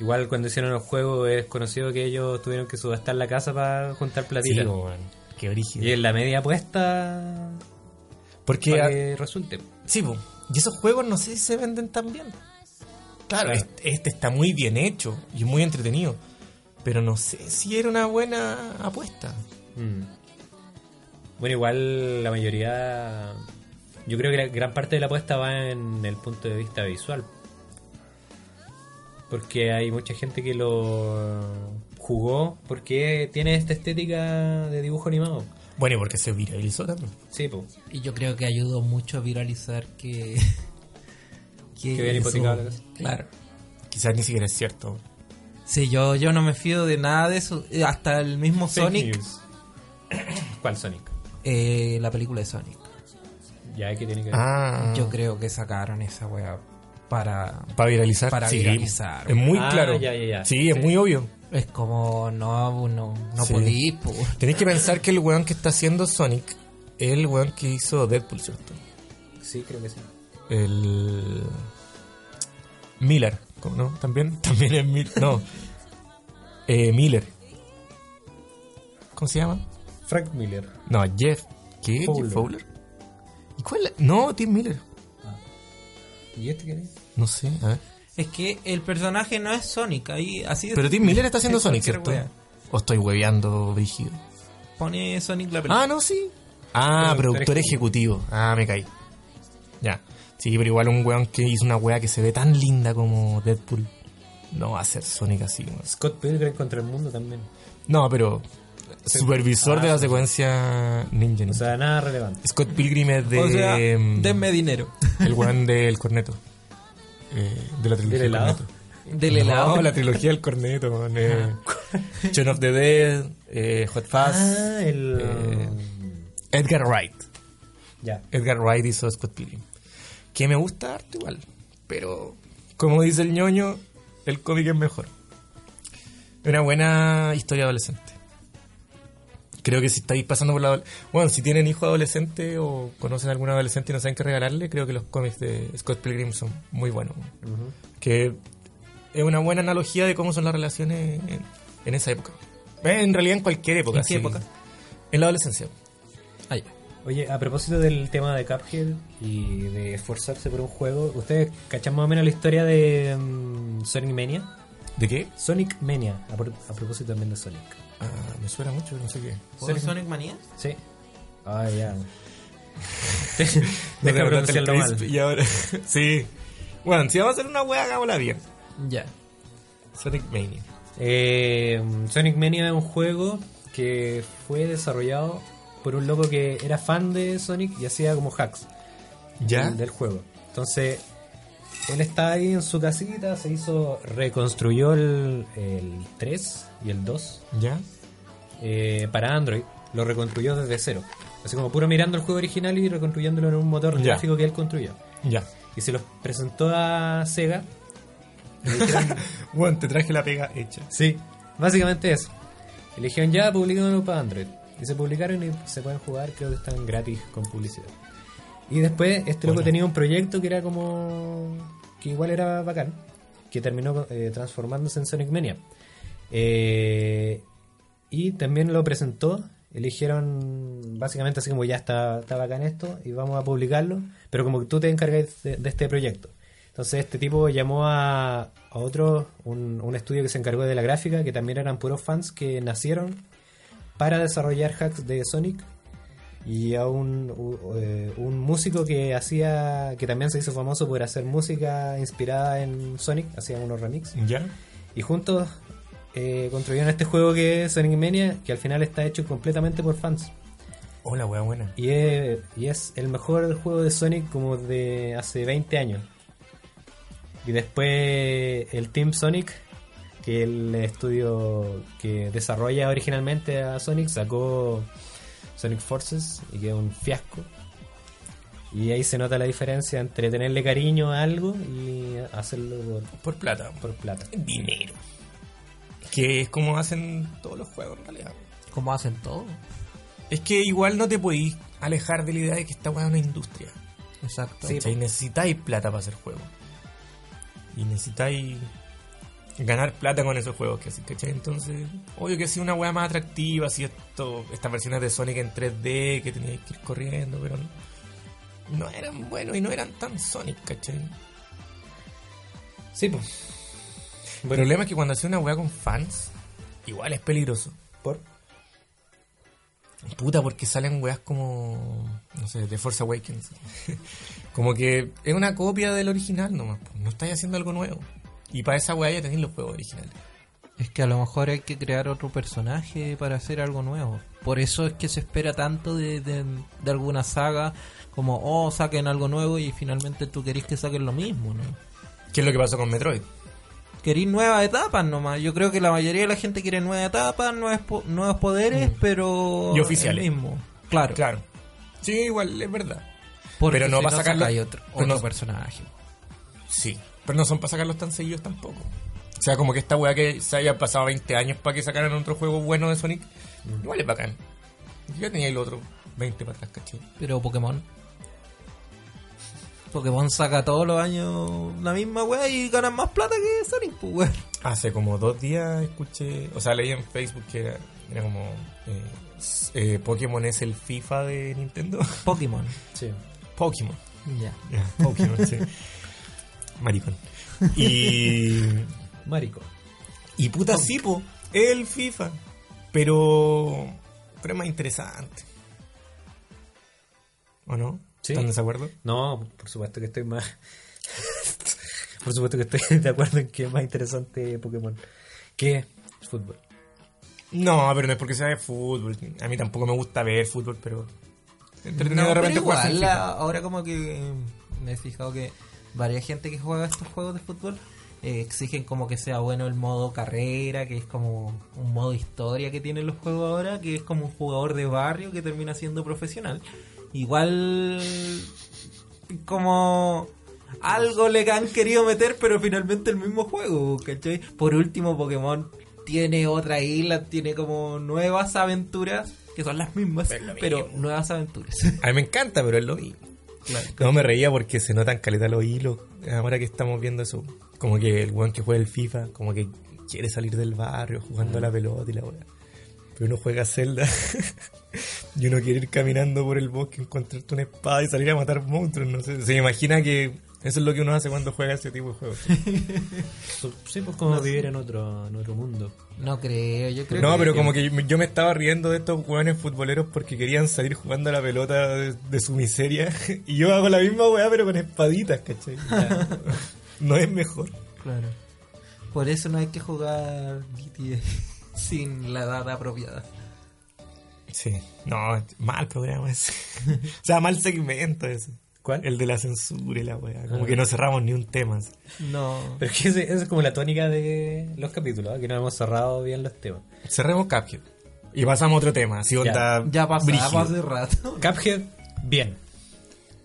igual cuando hicieron el juego es conocido que ellos tuvieron que subastar la casa para juntar platita. po, weón. Qué brígido. y en la media apuesta Porque para a- que resulte. Sí, po. y esos juegos no sé si se venden tan bien. Claro, est- este, está muy bien hecho y muy entretenido, pero no sé si era una buena apuesta. Mm. Bueno, igual la mayoría... Yo creo que la gran parte de la apuesta va en el punto de vista visual. Porque hay mucha gente que lo jugó porque tiene esta estética de dibujo animado. Bueno, y porque se viralizó también. Sí, po. Y yo creo que ayudó mucho a viralizar que. que Que bien eso- hipotecado la casa. Claro. Quizás ni siquiera es cierto. Sí, yo, yo no me fío de nada de eso. Eh, Hasta el mismo Sonic. ¿Cuál Sonic? eh, la película de Sonic. Ya que tiene que ver. Ah, Yo creo que sacaron esa wea para. para viralizar. Para sí, viralizar. Es muy Ah, claro. ya, ya, ya. Sí, es muy obvio. Es como, no, no, no Sí. podís, po. Tenéis que pensar que el weón que está haciendo Sonic es el weón que hizo Deadpool, ¿cierto? Sí, creo que sí. El. Miller, ¿cómo no? También, también es Miller. No. Eh, Miller. ¿Cómo se llama? Frank Miller. No, Jeff. ¿Qué? Fowler. ¿Jeff Fowler? ¿Y cuál? es? No, Tim Miller. ¿Y este quién es? No sé, a ver. Es que el personaje no es Sonic, ahí así de- Pero Tim Miller está haciendo es Sonic, cualquier ¿cierto? wea. O estoy hueveando, Brígido. Pone Sonic la película. Ah, no, sí. Ah, productor Productor ejecutivo. Ah, me caí. Ya. Sí, pero igual un weón que hizo una wea que se ve tan linda como Deadpool. No va a ser Sonic así, weón. Scott Pilgrim contra el mundo también. No, pero supervisor de la secuencia Ninja. Ninja. Ah, O sea, nada relevante. Scott Pilgrim es de. o sea, em, denme dinero. el weón del corneto. Eh, de la trilogía ¿Del del helado? corneto. Del No, helado. la trilogía del corneto, man, eh, Shaun of the Dead, eh, Hot Fuzz. Ah, el. eh, Edgar Wright. Ya. Edgar Wright hizo a Scott Pilgrim. Que me gusta harto igual. Pero, como dice el ñoño, el cómic es mejor. Es Una buena historia adolescente. Creo que si estáis pasando por la... Bueno, si tienen hijo adolescente o conocen a algún adolescente y no saben qué regalarle, creo que los cómics de Scott Pilgrim son muy buenos. Que es una buena analogía de cómo son las relaciones en, en esa época. Eh, En realidad en cualquier época. ¿En qué sí. época? En la adolescencia. Ah, ya. Oye, a propósito del tema de Cuphead y de esforzarse por un juego, ¿ustedes cachan más o menos la historia de mm, Sonic Mania? ¿De qué? Sonic Mania, a, pro- a propósito también de Sonic. Ah, me suena mucho, pero no sé qué. ¿Sonic, Sonic Manía? Sí. Ah, ya. Me Deja arrebataste el pronunciarlo mal. crisp Y ahora, sí. Bueno, si vamos a hacer una wea, hagámosla bien. Ya. Sonic Mania. Eh, Sonic Mania es un juego que fue desarrollado por un loco que era fan de Sonic y hacía como hacks ¿Ya? del, del juego. Entonces, él está ahí en su casita, se hizo, reconstruyó el, el 3 y el 2 ¿Ya? eh, para Android, lo reconstruyó desde cero. Así como puro mirando el juego original y reconstruyéndolo en un motor Ya. gráfico que él construyó. Ya. Y se los presentó a Sega Bueno, te traje la pega hecha. Sí, básicamente eso. Y le dijeron ya, publicándolo para Android. Y se publicaron y se pueden jugar, creo que están gratis con publicidad. Y después este loco Bueno. tenía un proyecto que era como... que igual era bacán, que terminó eh, transformándose en Sonic Mania. Eh, y también lo presentó, eligieron básicamente así como ya está, está bacán esto y vamos a publicarlo, pero como que tú te encargáis de, de este proyecto. Entonces este tipo llamó a, a otro, un, un estudio que se encargó de la gráfica, que también eran puros fans que nacieron para desarrollar hacks de Sonic y a un, u- eh, un músico que hacía que también se hizo famoso por hacer música inspirada en Sonic, hacía unos remixes ¿Ya? y juntos eh, construyeron este juego que es Sonic Mania, que al final está hecho completamente por fans. Hola, wea buena. Y es, y es el mejor juego de Sonic como de hace 20 años. Y después el Team Sonic, que el estudio que desarrolla originalmente a Sonic, sacó Sonic Forces y que es un fiasco. Y ahí se nota la diferencia entre tenerle cariño a algo y hacerlo Por plata. por, por plata. Dinero. Que es como hacen todos los juegos en realidad. Como hacen todo. Es que igual no te podéis alejar de la idea de que esta wea es una industria. Exacto. Sí, ¿Cachai? necesitáis plata para hacer juegos. Y necesitáis ganar plata con esos juegos que hacéis, ¿cachai? Entonces, obvio que si una weá más atractiva, si esto, estas versiones de Sonic en 3D que teníais que ir corriendo, pero no, no eran buenos y no eran tan Sonic, ¿cachai? Sí, pues. El problema es que cuando hacía una weá con fans, igual es peligroso. ¿Por? Puta, porque salen weas como. No sé, de Force Awakens. como que es una copia del original nomás. po. No estáis haciendo algo nuevo. Y para esa wea ya tenéis los juegos originales. Es que a lo mejor hay que crear otro personaje para hacer algo nuevo. Por eso es que se espera tanto de, de, de alguna saga, como, oh, saquen algo nuevo y finalmente tú querís que saquen lo mismo, ¿no? ¿Qué es lo que pasó con Metroid? Querís nuevas etapas nomás. Yo creo que la mayoría de la gente quiere nuevas etapas, nuevos, po- nuevos poderes, pero... Mm. Y oficiales. el mismo. Claro. Claro. Sí, igual, es verdad. Porque Pero no si va a sacarlo- sacáis otro, pero no- otro personaje. Sí. Pero no son para sacarlos tan seguidos tampoco. O sea, como que esta wea que se haya pasado 20 años para que sacaran otro juego bueno de Sonic, igual es bacán. Yo ya tenía el otro 20 para atrás, caché. Pero Pokémon. Pokémon saca todos los años la misma weá y ganan más plata que Sonic, pues weón. Hace como dos días escuché, o sea, leí en Facebook que era, era como eh, s- eh, Pokémon es el FIFA de Nintendo. Pokémon. Sí. Pokémon. Ya. Ya, Pokémon, sí. Maricón. Y, Marico. y puta, sí, po, es el FIFA. Pero, pero es más interesante. ¿O no? Sí. ¿Están en desacuerdo? No, por supuesto que estoy más. por supuesto que estoy de acuerdo en que es más interesante Pokémon que fútbol. No, pero no es porque sea de fútbol. A mí tampoco me gusta ver fútbol, pero. Entretenido de pero repente jugar igual, FIFA. la- ahora como que eh, me he fijado que varias gente que juega estos juegos de fútbol eh, exigen como que sea bueno el modo carrera, que es como un modo historia que tienen los juegos ahora, que es como un jugador de barrio que termina siendo profesional. Igual como algo le han querido meter, pero finalmente el mismo juego, ¿cachai? Por último, Pokémon tiene otra isla, tiene como nuevas aventuras, que son las mismas, pero nuevas aventuras. A mí me encanta, pero es lo mismo. No me reía porque se notan caleta los hilos. Ahora que estamos viendo eso, como que el weón que juega el FIFA, como que quiere salir del barrio jugando a la pelota y la weá. Pero uno juega Zelda y uno quiere ir caminando por el bosque, encontrarte una espada y salir a matar monstruos. No sé, se imagina que eso es lo que uno hace cuando juega ese tipo de juegos. So- Sí, pues como vivir en otro, en otro mundo. No creo, yo creo No, que- pero como que yo- yo me estaba riendo de estos hueones futboleros porque querían salir jugando a la pelota de, de su miseria. Y yo hago la misma weá, pero con espaditas, ¿cachai? no es mejor. Claro. Por eso no hay que jugar GTA sin la edad apropiada. Sí. No, mal programa ese. o sea, mal segmento ese. ¿Cuál? El de la censura y la weá. Como que no cerramos ni un tema. así. No. Pero es que ese- esa es como la tónica de los capítulos, ¿eh? que no hemos cerrado bien los temas. Cerremos Cuphead. Y pasamos a otro tema. Así onda Ya brígido. pasaba hace rato. Cuphead, bien.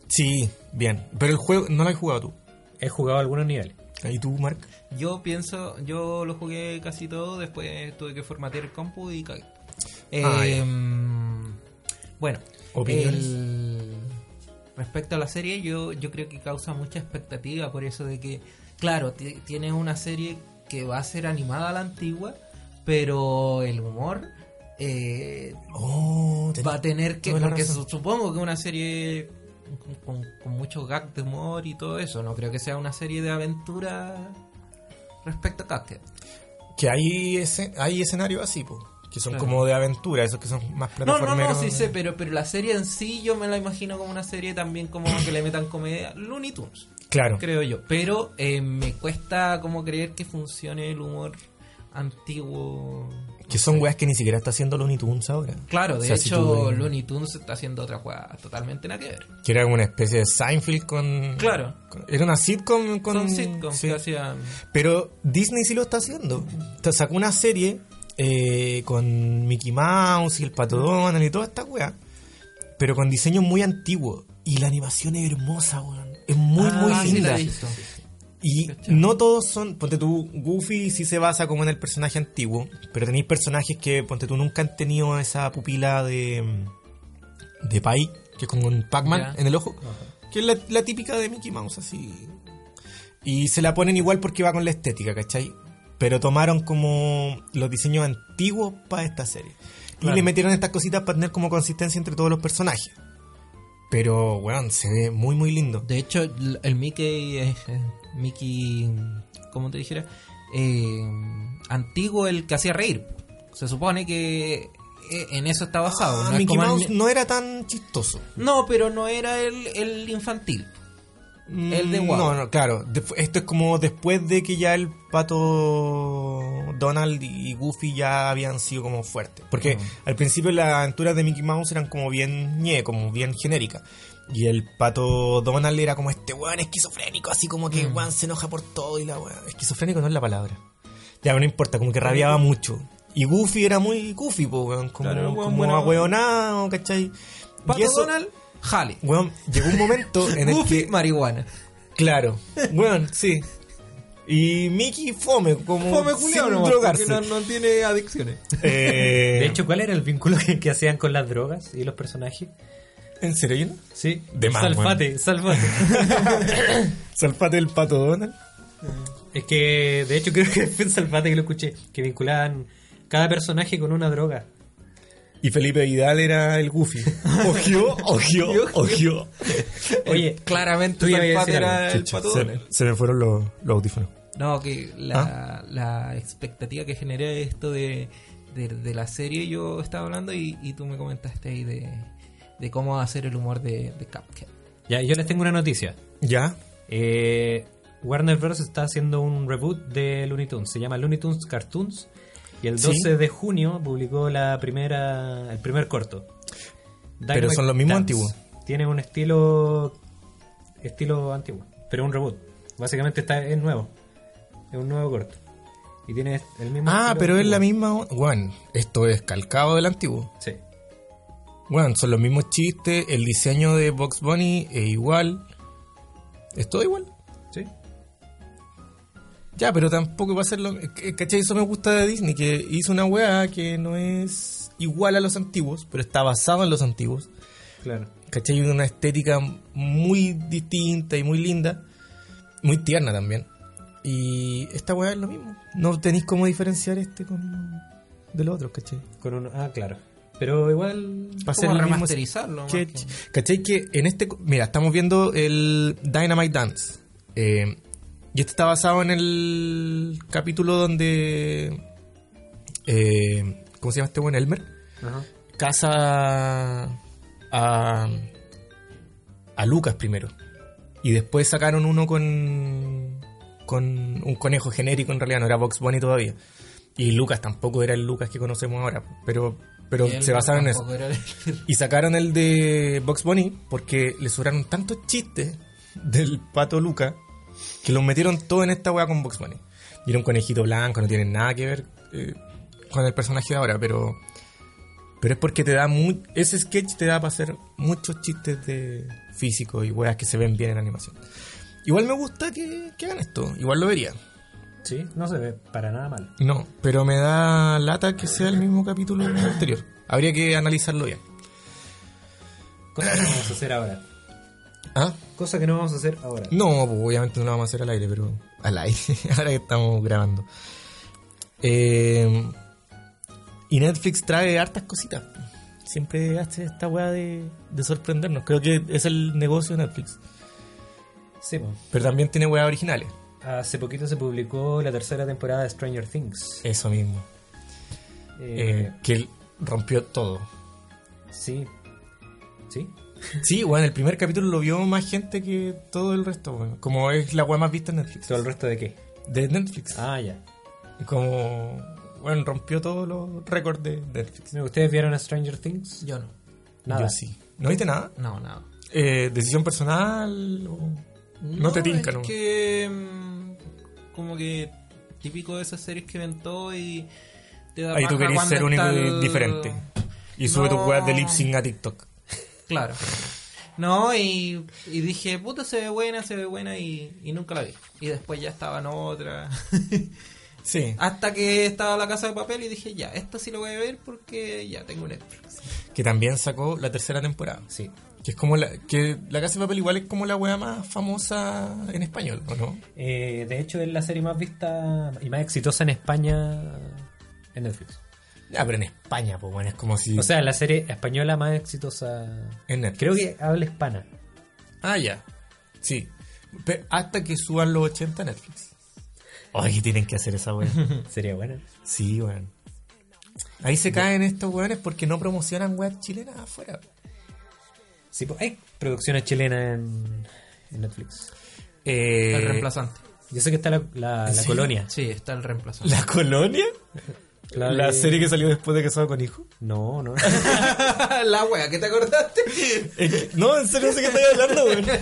Sí, bien. Pero el juego no lo has jugado tú. He jugado algunos niveles. ¿Y tú, Mark? Yo pienso, yo lo jugué casi todo, después tuve que formatear el compu y cagué. Ah, ya. Em, bueno, ¿Opiniones? el- respecto a la serie, yo, yo creo que causa mucha expectativa por eso de que, claro, ti- tiene una serie que va a ser animada a la antigua, pero el humor eh, Oh, va a tener que. toda la Porque razón. su- supongo que una serie con, con mucho gag de humor y todo eso. No creo que sea una serie de aventura respecto a Cuphead. Que hay, escen- hay escenarios así, po, que son Claro. como de aventura, esos que son más No, no, no, plataformeros. sí sé, pero, pero la serie en sí yo me la imagino como una serie también como que le metan comedia. Looney Tunes, Claro. creo yo. Pero eh, me cuesta como creer que funcione el humor antiguo. Que son weas que ni siquiera está haciendo Looney Tunes ahora. Claro, de O sea, si hecho, tú- Looney Tunes está haciendo otra jugada totalmente nada que ver. Que era como una especie de Seinfeld con... Claro. con- era una sitcom con... Son sitcoms sí. que hacían. Pero Disney sí lo está haciendo. Te sacó una serie eh, con Mickey Mouse y el Pato Donald y toda esta wea. Pero con diseño muy antiguo. Y la animación es hermosa, weón. Es muy, Ah, muy sí, linda. la he visto. Y no todos son, ponte tú, Goofy sí se basa como en el personaje antiguo, pero tenéis personajes que, ponte tú, nunca han tenido esa pupila de de Pai, que es como un Pac-Man Ya. en el ojo, que es la, la típica de Mickey Mouse, así. Y se la ponen igual porque va con la estética, ¿cachai? Pero tomaron como los diseños antiguos para esta serie. Claro. Y le metieron estas cositas para tener como consistencia entre todos los personajes. Pero, weón, se ve muy, muy lindo. De hecho, el el Mickey, eh, eh, Mickey, ¿cómo te dijera? Eh, antiguo el que hacía reír. Se supone que eh, en eso está basado. Ah, no, es Mickey como el Mouse ni- no era tan chistoso. No, pero no era el, el infantil. El de Mm, Guau. No, no, claro. Def- Esto es como después de que ya el pato Donald y Goofy ya habían sido como fuertes. Porque al principio las aventuras de Mickey Mouse eran como bien ñe, como bien genéricas. Y el pato Donald era como este weón esquizofrénico, así como que weón se enoja por todo y la weón. Esquizofrénico no es la palabra. Ya no importa, como que rabiaba mucho. Y Goofy era muy Goofy, po, weón. Como, Claro, weón, como bueno. ahueonado, ¿cachai? Y Pato eso- Donald, jale. Weón, llegó un momento en el Goofy, que. marihuana. Claro, bueno, sí. Y Mickey fome, como sin nomás, drogarse. porque no, no tiene adicciones. Eh, De hecho, ¿cuál era el vínculo que, que hacían con las drogas y los personajes? ¿en serio? yo no? Sí, De más, salfate, salfate. Salpate el pato Donald. es que, de hecho, creo que fue en salfate que lo escuché, que vinculaban cada personaje con una droga. Y Felipe Vidal era el Goofy. Ojió, ojió, ojió. Oye, Claramente tú ya el ibas a pato decir era algo, el pato Se, Donald. se me fueron los, los audífonos. No, que la, Ah. la expectativa que genera esto de, de, de la serie, yo estaba hablando y, y tú me comentaste ahí de, de cómo hacer el humor de, de Cuphead. ya, yo les tengo una noticia. ¿Ya? Eh, Warner Bros. está haciendo un reboot de Looney Tunes. Se llama Looney Tunes Cartoons. Y el Sí. 12 de junio publicó la primera, el primer corto. Pero son los mismos antiguos. Tiene un estilo estilo antiguo, pero es un reboot. Básicamente está es nuevo. Es un nuevo corto. Y tiene el mismo Ah, estilo pero es antiguo. la misma. on- Weón, esto es calcado del antiguo. Sí. Weón, son los mismos chistes. El diseño de Box Bunny es igual. Es todo igual. Sí. Ya, pero tampoco va a ser lo. c- ¿Cachai? Eso me gusta de Disney, que hizo una weá que no es igual a los antiguos, pero está basado en los antiguos. Claro. ¿Cachai? Una estética muy distinta y muy linda. Muy tierna también. Y esta weá es lo mismo. No tenéis cómo diferenciar este con del otro, ¿cachai? Con un ah, claro. Pero igual Va a Como el mismo remasterizarlo, más sketch. que- ¿Cachai? Que en este. co- Mira, estamos viendo el Dynamite Dance. Eh, y este está basado en el capítulo donde. eh, ¿Cómo se llama este buen Elmer? ajá. Casa a. a Lucas primero. Y después sacaron uno con. con un conejo genérico, en realidad, no era Box Bunny todavía. Y Lucas tampoco era el Lucas que conocemos ahora, pero, pero Él se basaron en eso. tampoco era el- Y sacaron el de Box Bunny porque le sobraron tantos chistes del pato Luca que los metieron todo en esta weá con Box Bunny. Y era un conejito blanco, no tiene nada que ver eh, con el personaje de ahora, pero. Pero es porque te da muy. Ese sketch te da para hacer muchos chistes de físico y weas que se ven bien en animación. Igual me gusta que, que hagan esto, igual lo vería. Sí, no se ve para nada mal. No, pero me da lata que sea el mismo capítulo anterior. Habría que analizarlo bien. Cosa que no vamos a hacer ahora. ¿Ah? Cosa que no vamos a hacer ahora. No, pues, obviamente no lo vamos a hacer al aire, pero al aire, ahora que estamos grabando. Eh, y Netflix trae hartas cositas. Siempre hace esta weá de, de sorprendernos. Creo que es el negocio de Netflix. Sí, po. Pero también tiene weas originales. hace poquito se publicó la tercera temporada de Stranger Things. Eso mismo. Eh, Eh, que rompió todo. Sí. Sí. Sí, weón, el primer capítulo lo vio más gente que todo el resto, weón. Como es la weá más vista en Netflix. ¿Todo el resto de qué? De Netflix. Ah, ya. Como, bueno, rompió todos los récords de Netflix. ¿Ustedes vieron a Stranger Things? Yo no. Nada. Yo sí. ¿No viste nada? No, nada. Eh, ¿Decisión personal? o- No, te tinca, es ¿no? que. mm, Como que. Típico de esas series que inventó y. Te da Ahí tú paja querés cuando ser único está y el- diferente. Y sube No. tus weas de lip sync a TikTok. Claro. No, y, y dije, puta, se ve buena, se ve buena, y, y nunca la vi. Y después ya estaba en otra. Sí. Hasta que estaba la casa de papel y dije, ya, esta sí la voy a ver porque ya tengo Netflix. Que también sacó la tercera temporada. Sí. Que es como la. Que la Casa de Papel igual es como la wea más famosa en español, ¿o no? Eh, de hecho, es la serie más vista y más exitosa en España en Netflix. Ah, pero en España, pues bueno, es como si. O sea, la serie española más exitosa. en Netflix. Creo que habla hispana. Ah, ya. Sí. Pe- hasta que suban los 80 a Netflix. Oye, tienen que hacer esa wea. Sería buena. Sí, weón. Ahí se caen estos weones porque no promocionan weas chilenas afuera. Sí, pues, hay producciones chilenas en, en Netflix. Eh, Está el reemplazante. Yo sé que está la, la- la Sí. colonia. Eh, Sí, está el reemplazante. ¿La colonia? La ¿La de- serie que salió después de Casado con Hijo? No, no. la wea, ¿qué te acordaste? Eh, no, en serio no sé qué estoy hablando, weón.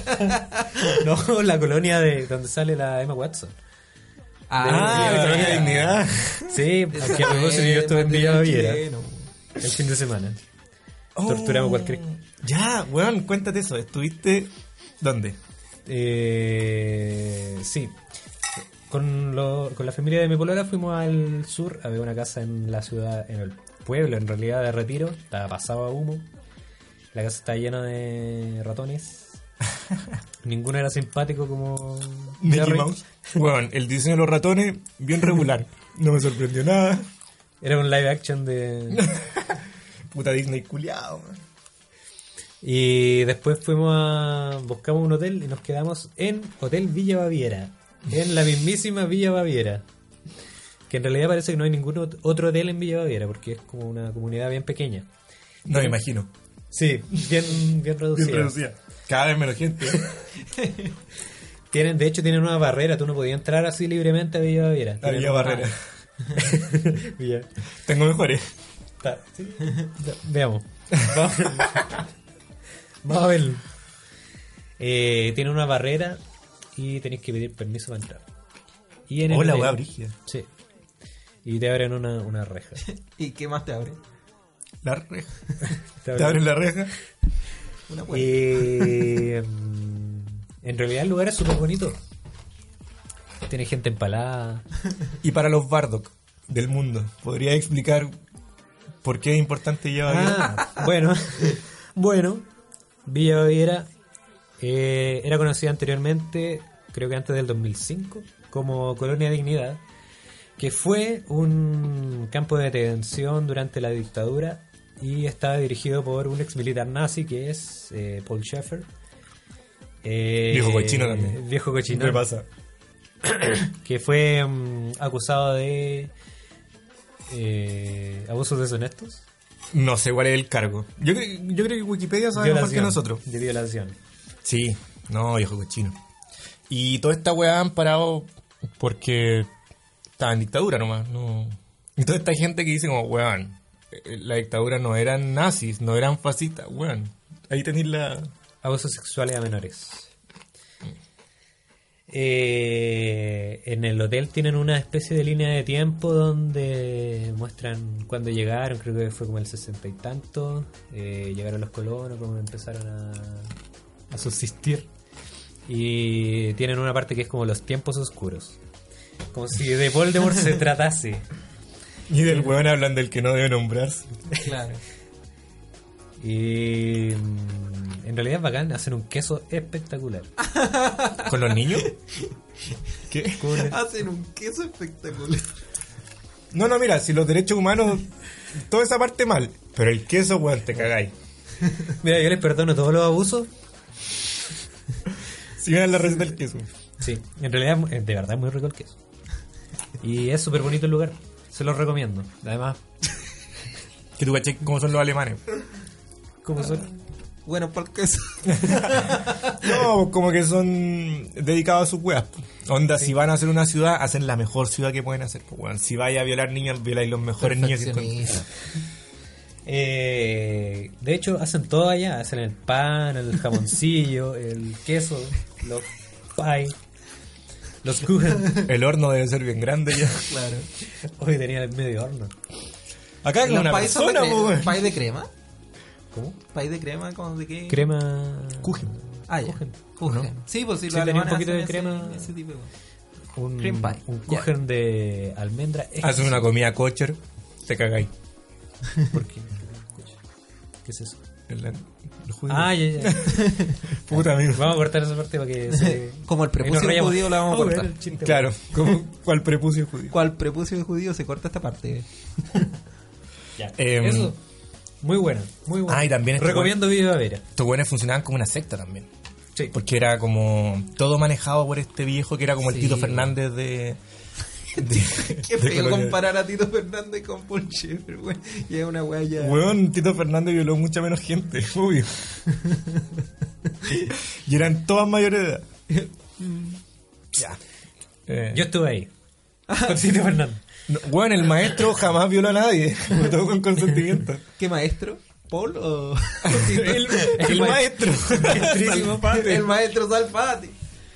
no, la colonia de donde sale la Emma Watson. Ah, la colonia de ya. dignidad. Sí, Esa porque a propósito es yo estuve en material Villa Baviera chileno. el fin de semana. Oh. Torturamos cualquier- Ya, weón, cuéntate eso. ¿Estuviste dónde? Eh, sí. Con, lo- con la familia de mi polola fuimos al sur, había una casa en la ciudad, en el pueblo en realidad de Retiro, estaba pasado a humo, la casa estaba llena de ratones, ninguno era simpático como Mickey Jerry. Mouse. Weón, el diseño de los ratones, bien regular. No me sorprendió nada. era un live action de... Puta Disney culiado, weón. y después fuimos a... buscamos un hotel y nos quedamos en Hotel Villa Baviera, en la mismísima Villa Baviera. Que en realidad parece que no hay ningún ot- otro hotel en Villa Baviera, porque es como una comunidad bien pequeña. No me imagino. Sí, bien, bien reducida. Bien reducida. Cada vez menos gente. Tienen, de hecho, tienen una barrera, tú no podías entrar así libremente a Villa Baviera. Tienen Había una- Ah, barrera. Ya. Tengo mejores. Ta- sí. Ya, Veamos. Vamos, Vamos a verlo. Eh, tiene una barrera y tenéis que pedir permiso para entrar. Y en el Hola, hotel- weá, Brigia. Sí. Y te abren una, una reja. ¿Y qué más te abre? La reja. Te ¿Te abres la reja? Una puerta. Eh, mm, en realidad el lugar es súper bonito. Tiene gente empalada. Y para los Bardock del mundo, ¿podría explicar por qué es importante llevar vida? Ah, bueno, bueno, Villa Baviera eh, era conocida anteriormente, creo que antes del 2005, como Colonia Dignidad, que fue un campo de detención durante la dictadura y estaba dirigido por un ex militar nazi que es eh, Paul Schaeffer. Eh, Viejo cochino también. Viejo cochino. ¿Qué pasa? Que fue mm, acusado de eh, abusos deshonestos. No sé cuál es el cargo. Yo, cre- yo creo que Wikipedia sabe mejor que nosotros. De violación. Sí, no, viejo cochino. Y toda esta weá han parado porque estaba en dictadura nomás. No. Y toda esta gente que dice como, weón, eh, la dictadura no eran nazis, no eran fascistas, weón. Ahí tenéis la... Abusos sexuales a menores. Eh, en el hotel tienen una especie de línea de tiempo donde muestran cuándo llegaron, creo que fue como el sesenta y tanto, eh, llegaron los colonos, cómo empezaron a, a subsistir. Y tienen una parte que es como los tiempos oscuros. Como si de Voldemort se tratase. Y del weón hablan del que no debe nombrarse. Claro. Y mm, en realidad es bacán, hacen un queso espectacular. ¿Con los niños? ¿Qué? Hacen un queso espectacular. No, no, mira, si los derechos humanos, toda esa parte mal, pero el queso, weón, te cagáis. Mira, yo les perdono todos los abusos, Si miran la receta del queso. Sí, en realidad es mu- es de verdad muy rico el queso. Y es súper bonito el lugar. Se los recomiendo. Además, Que tú caché cómo son los alemanes. como son? Bueno, por queso. No, como que son dedicados a sus weas. po. Onda, si van a hacer una ciudad, hacen la mejor ciudad que pueden hacer. po, weón. Si vais a violar niños, violáis los mejores niños que encontréis. Eh, de hecho, hacen todo allá. Hacen el pan, el jamoncillo, el queso, los pie, los kuchen. El horno debe ser bien grande ya. Claro. Hoy tenía el medio horno. Acá con Los una pais son de persona, po, cre- weón. ¿Pais de crema? ¿Cómo? ¿Pais de crema? ¿Cómo de qué? Crema... Kuchen. Ah, ya. Kuchen. Kuchen. Sí, pues si Sí, los tenía un alemanes poquito de hacen crema. Ese, ese tipo de- Un, Cream pie. un Ya. kuchen de almendra. Hacen una comida kosher, te cagáis. ¿Por qué? ¿Qué es eso? El- el judío. Ah, ya, ya. puta amigo. Vamos a cortar esa parte para que se... Como el prepucio Ahí nos judío la vamos a rayamos. cortar. el chiste, Claro, como cual prepucio judío. ¿Cuál prepucio de judío se corta esta parte? Ya. Em, Eso. Muy bueno, muy bueno. Ah, y también este Recomiendo Viva Vera. Estos buenos funcionaban como una secta también. Sí. Porque era como todo manejado por este viejo que era como el Sí, Tito bueno. Fernández de. de- de Qué feo Colonia. comparar a Tito Fernández con Paul Schaeffer, güey. Y es una weá ya... Weón, Tito Fernández violó mucha menos gente, obvio. y eran todas mayores de edad. ya. Eh, Yo estuve ahí. Con Tito Fernández. no, weón, el maestro jamás violó a nadie, como todo con consentimiento. ¿Qué maestro? ¿Paul o...? el, el maestro. Salfate. el maestro Salfati.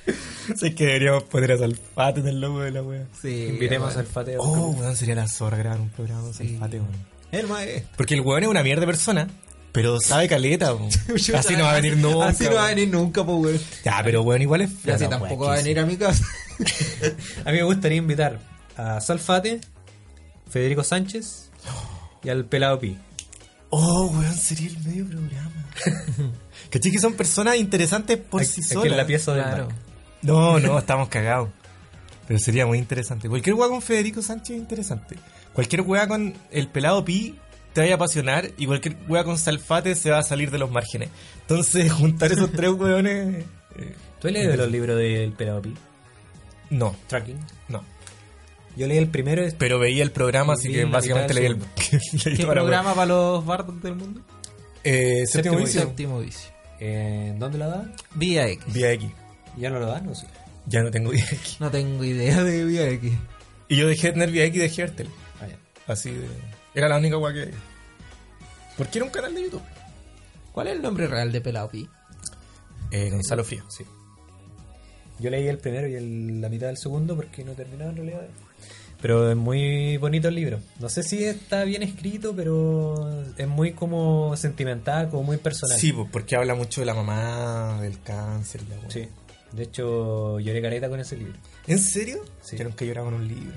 Sí, que deberíamos poner a Salfate en el logo de la wea. Sí. Invitemos bueno. al fateo. Oh, weón, sería la zorra grabar un programa de Salfate, weón. El maestro. Porque el weón es una mierda de persona, pero sabe caleta, weón. Así no va a venir nunca. Así no va a weón. venir nunca, pues, güey. Ya, pero weón, igual es Y fea así la tampoco weá va a que venir a mi casa. A mí me gustaría invitar a Salfate, Federico Sánchez y al Pelado Pi. hizo. Oh, weón, sería el medio programa. ¿Cachai que son personas interesantes por Aquí- sí aquí solas? en la pieza del Claro. Mac. No, no, estamos cagados. Pero sería muy interesante. Cualquier weá con Federico Sánchez es interesante. Cualquier weá con el pelado Pi te va a apasionar y cualquier weá con Salfate se va a salir de los márgenes. Entonces, juntar esos tres weones... eh, ¿Tú lees los libros del Pelado Pi? no, Tracking. no. Yo leí el primero. es- pero veía el programa, así Vi que la básicamente mitad leí del el ¿Qué programa para los bardos del mundo? Eh, Séptimo séptimo vicio. Séptimo vicio. Eh, ¿Dónde la dan? Vía X. Vía X. ¿Ya no lo dan? No sé. Ya no tengo Vía X. No tengo idea de Vía X. Y yo dejé NerviaX y dejé Airtel. Ah, ya. Así de. Era la única weá que. Porque era un canal de YouTube. ¿Cuál es el nombre real de Pelado Pi? Eh, Gonzalo Frío. Sí. Yo leí el primero y el- la mitad del segundo porque no terminaba en realidad. Pero es muy bonito el libro. No sé si está bien escrito, pero es muy como sentimental, como muy personal. Sí, pues, porque habla mucho de la mamá, del cáncer. y La weá. Sí. De hecho, lloré careta con ese libro. ¿En serio? Sí. Yo nunca he llorado con un libro.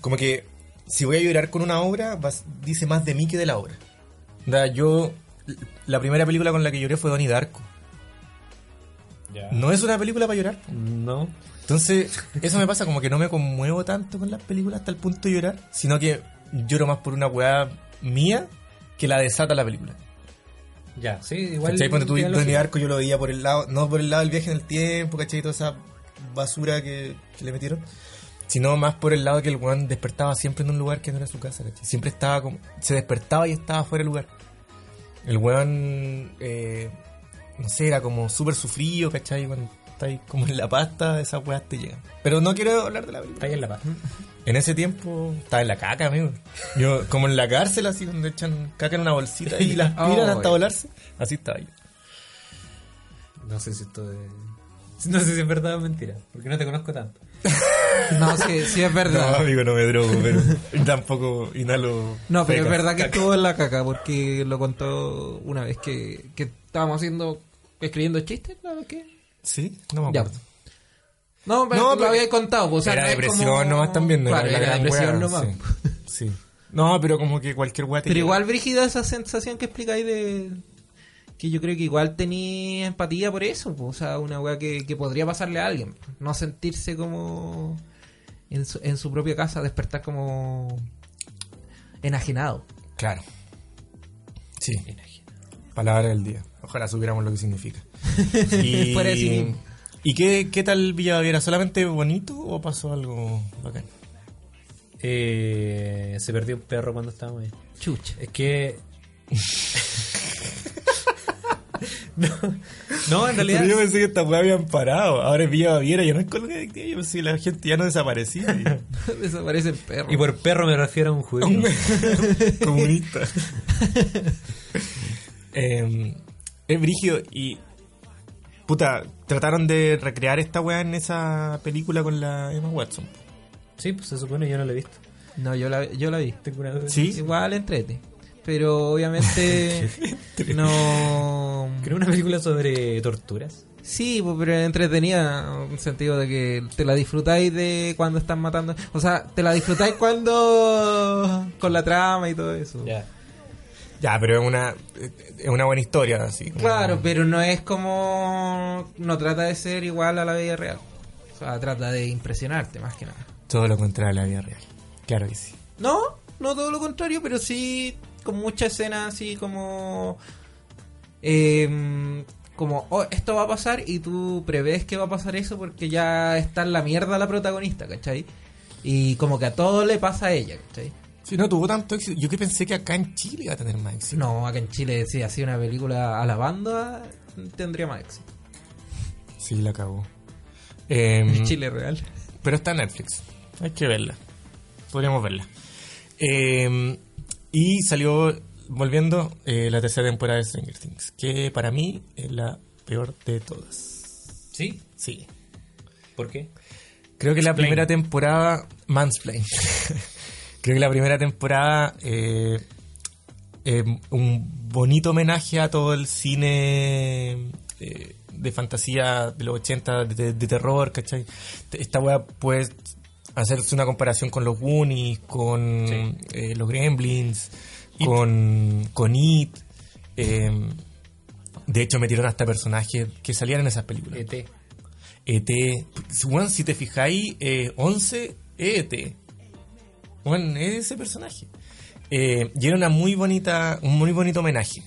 Como que si voy a llorar con una obra, vas- dice más de mí que de la obra. Da, yo. La primera película con la que lloré fue Donnie Darko. No es una película para llorar. po. No. Entonces, eso me pasa como que no me conmuevo tanto con las películas hasta el punto de llorar, sino que lloro más por una weá mía que la desata la película. Ya, sí, igual. ¿Cachai? Cuando tú tiene Donnie lógica. Darko yo lo veía por el lado, no por el lado del viaje en el tiempo, ¿cachai? Toda esa basura que, que le metieron, sino más por el lado que el weón despertaba siempre en un lugar que no era su casa, ¿cachai? Siempre estaba como, se despertaba y estaba fuera del lugar. El weón, eh, no sé, era como súper sufrido, ¿cachai? Cuando estáis como en la pasta, esas weas te llegan. Pero no quiero hablar de la película. Está ahí en la paz. En ese tiempo estaba en la caca, amigo. Yo, como en la cárcel, así, donde echan caca en una bolsita y las aspiran Oh, hasta ya. volarse. Así estaba yo. No sé si esto es. No sé si es verdad o mentira, porque no te conozco tanto. No, sí, sí es No, verdad. amigo, no me drogo, pero tampoco inhalo. No, pero es feca. verdad que estuvo en la caca porque lo contó una vez que, que estábamos haciendo, escribiendo chistes, ¿no? ¿Qué? Sí, no me Ya. pues. acuerdo. No, pero No, lo pero- había contado. pues, O sea, era no es depresión como- nomás también, no Claro, era, la gran depresión wea, nomás. Sí. sí. No, pero como que cualquier weá te Pero llega. igual, Brígida, esa sensación que explicáis de. Que yo creo que igual tenía empatía por eso. po. O sea, una weá que, que podría pasarle a alguien. No sentirse como. En su, en su propia casa, despertar como. Enajenado. Claro. Sí. Palabra del día. Ojalá supiéramos lo que significa. Y, Fuera de sí mismo. ¿Y qué, qué tal Villa Baviera? ¿Solamente bonito o pasó algo bacán? Eh, se perdió un perro cuando estábamos ahí. Chucha. Es que. no, no, en realidad. Pero yo pensé que esta weá habían parado. Ahora es Villa Baviera, ya no es colonia adictiva. Yo pensé que pues la gente ya no desaparecía. ya. Desaparecen perros. Y por perro me refiero a un juguete. Comunista. Eh, es brígido y. Puta, trataron de recrear esta weá en esa película con la Emma Watson. Sí, pues se supone, yo no lo he visto. No, yo la, yo la vi. Tengo una duda. ¿Sí? Igual entrete. Pero obviamente. no. Creo una película sobre torturas. Sí, pues, pero entretenida, en el sentido de que te la disfrutáis de cuando están matando. O sea, te la disfrutáis cuando. con la trama y todo eso. Ya, pero es una, es una buena historia, así. como- Claro, pero no es como. no trata de ser igual a la vida real. O sea, trata de impresionarte más que nada. Todo lo contrario a la vida real. Claro que sí. No, no todo lo contrario, pero sí con mucha escena así como. em, como, oh, esto va a pasar y tú prevés que va a pasar eso porque ya está en la mierda la protagonista, ¿cachai? Y como que a todo le pasa a ella, ¿cachai? Si no tuvo tanto éxito, yo que pensé que acá en Chile iba a tener más éxito. No, acá en Chile, si hacía una película a la banda, tendría más éxito. Sí, la Em, acabó. Chile real. Pero está en Netflix. Hay que verla. Podríamos verla. Eh, y salió, volviendo, eh, la tercera temporada de Stranger Things, que para mí es la peor de todas. ¿Sí? Sí. ¿Por qué? Creo que la Explain. primera temporada. Mansplain. Creo que la primera temporada. eh, eh, un bonito homenaje a todo el cine. eh, de fantasía de los 80, de, de terror, ¿cachai? Esta wea puede hacerse una comparación con los Goonies, con eh, los Gremlins, con, con It. eh, de hecho, metieron hasta personajes que salían en esas películas. ET. ET. Weón, E si te fijáis, eh, E 11 ET. Weón, es ese personaje. Eh, y era una muy bonita, un muy bonito homenaje.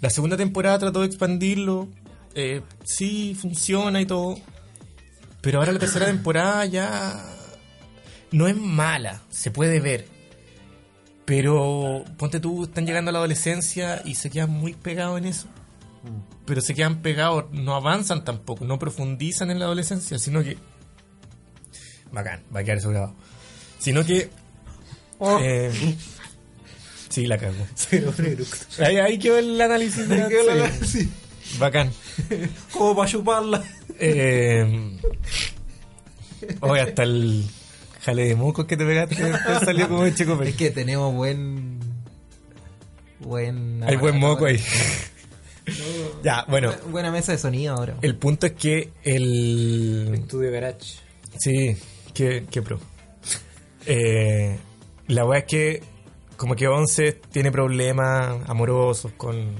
La segunda temporada trató de expandirlo. eh, sí, funciona y todo. Pero ahora la tercera temporada ya no es mala, se puede ver. Pero ponte tú, están llegando a la adolescencia y se quedan muy pegados en eso pero se quedan pegados, no avanzan tampoco, no profundizan en la adolescencia, sino que bacán, va a quedar eso grabado. Sino que. eh, sí, la cago. Ahí, ahí quedó el análisis. de la serie. Bacán. Como para chuparla. Eh, oye, hasta el jale de mocos que te pegaste después salió como de Checo Pérez. Es que tenemos buen. Buen. Hay buen moco ahí. ya, bueno. Buena- Buena mesa de sonido ahora. El punto es que el... Estudio Garage. Sí, qué, qué pro. Eh, la weá es que como que Once tiene problemas amorosos con,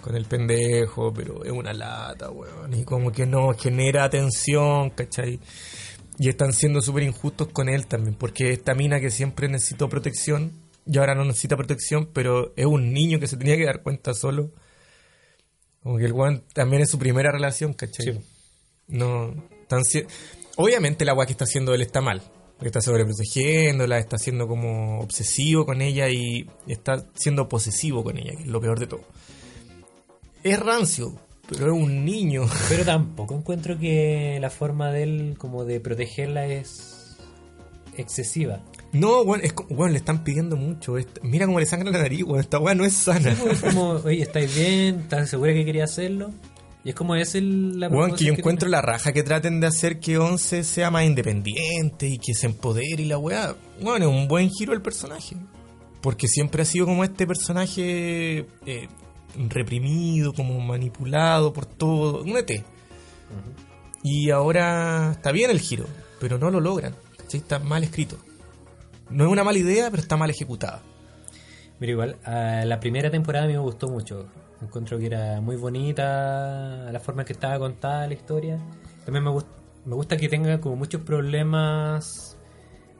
con el pendejo, pero es una lata, weón. Y como que no genera tensión, ¿cachai? Y están siendo súper injustos con él también, porque esta mina que siempre necesitó protección, y ahora no necesita protección, pero es un niño que se tenía que dar cuenta solo. Como que el weón también es su primera relación, ¿cachai? Sí. No, tan si- Obviamente la weá que está haciendo él está mal. Porque está sobreprotegiéndola, está siendo como obsesivo con ella y está siendo posesivo con ella, que es lo peor de todo. Es rancio, pero es un niño. Pero tampoco encuentro que la forma de él como de protegerla es excesiva. No, weón, es co- weón, le están pidiendo mucho. Est- Mira cómo le sangra la nariz, weón. Esta weá no es sana. Es como, oye, ¿estáis bien? ¿Estás segura que quería hacerlo? Y es como es el, la Weón, que yo propósito encuentro tiene. la raja que traten de hacer que Once sea más independiente y que se empodere y la weá. Bueno, es un buen giro el personaje. Porque siempre ha sido como este personaje eh, reprimido, como manipulado por todo. Un ET. Y ahora está bien el giro, pero no lo logran. ¿cachai? Está mal escrito. No es una mala idea, pero está mal ejecutada. Pero igual, a la primera temporada a mí me gustó mucho. Encuentro que era muy bonita la forma en que estaba contada la historia. También me, gust- me gusta que tenga como muchos problemas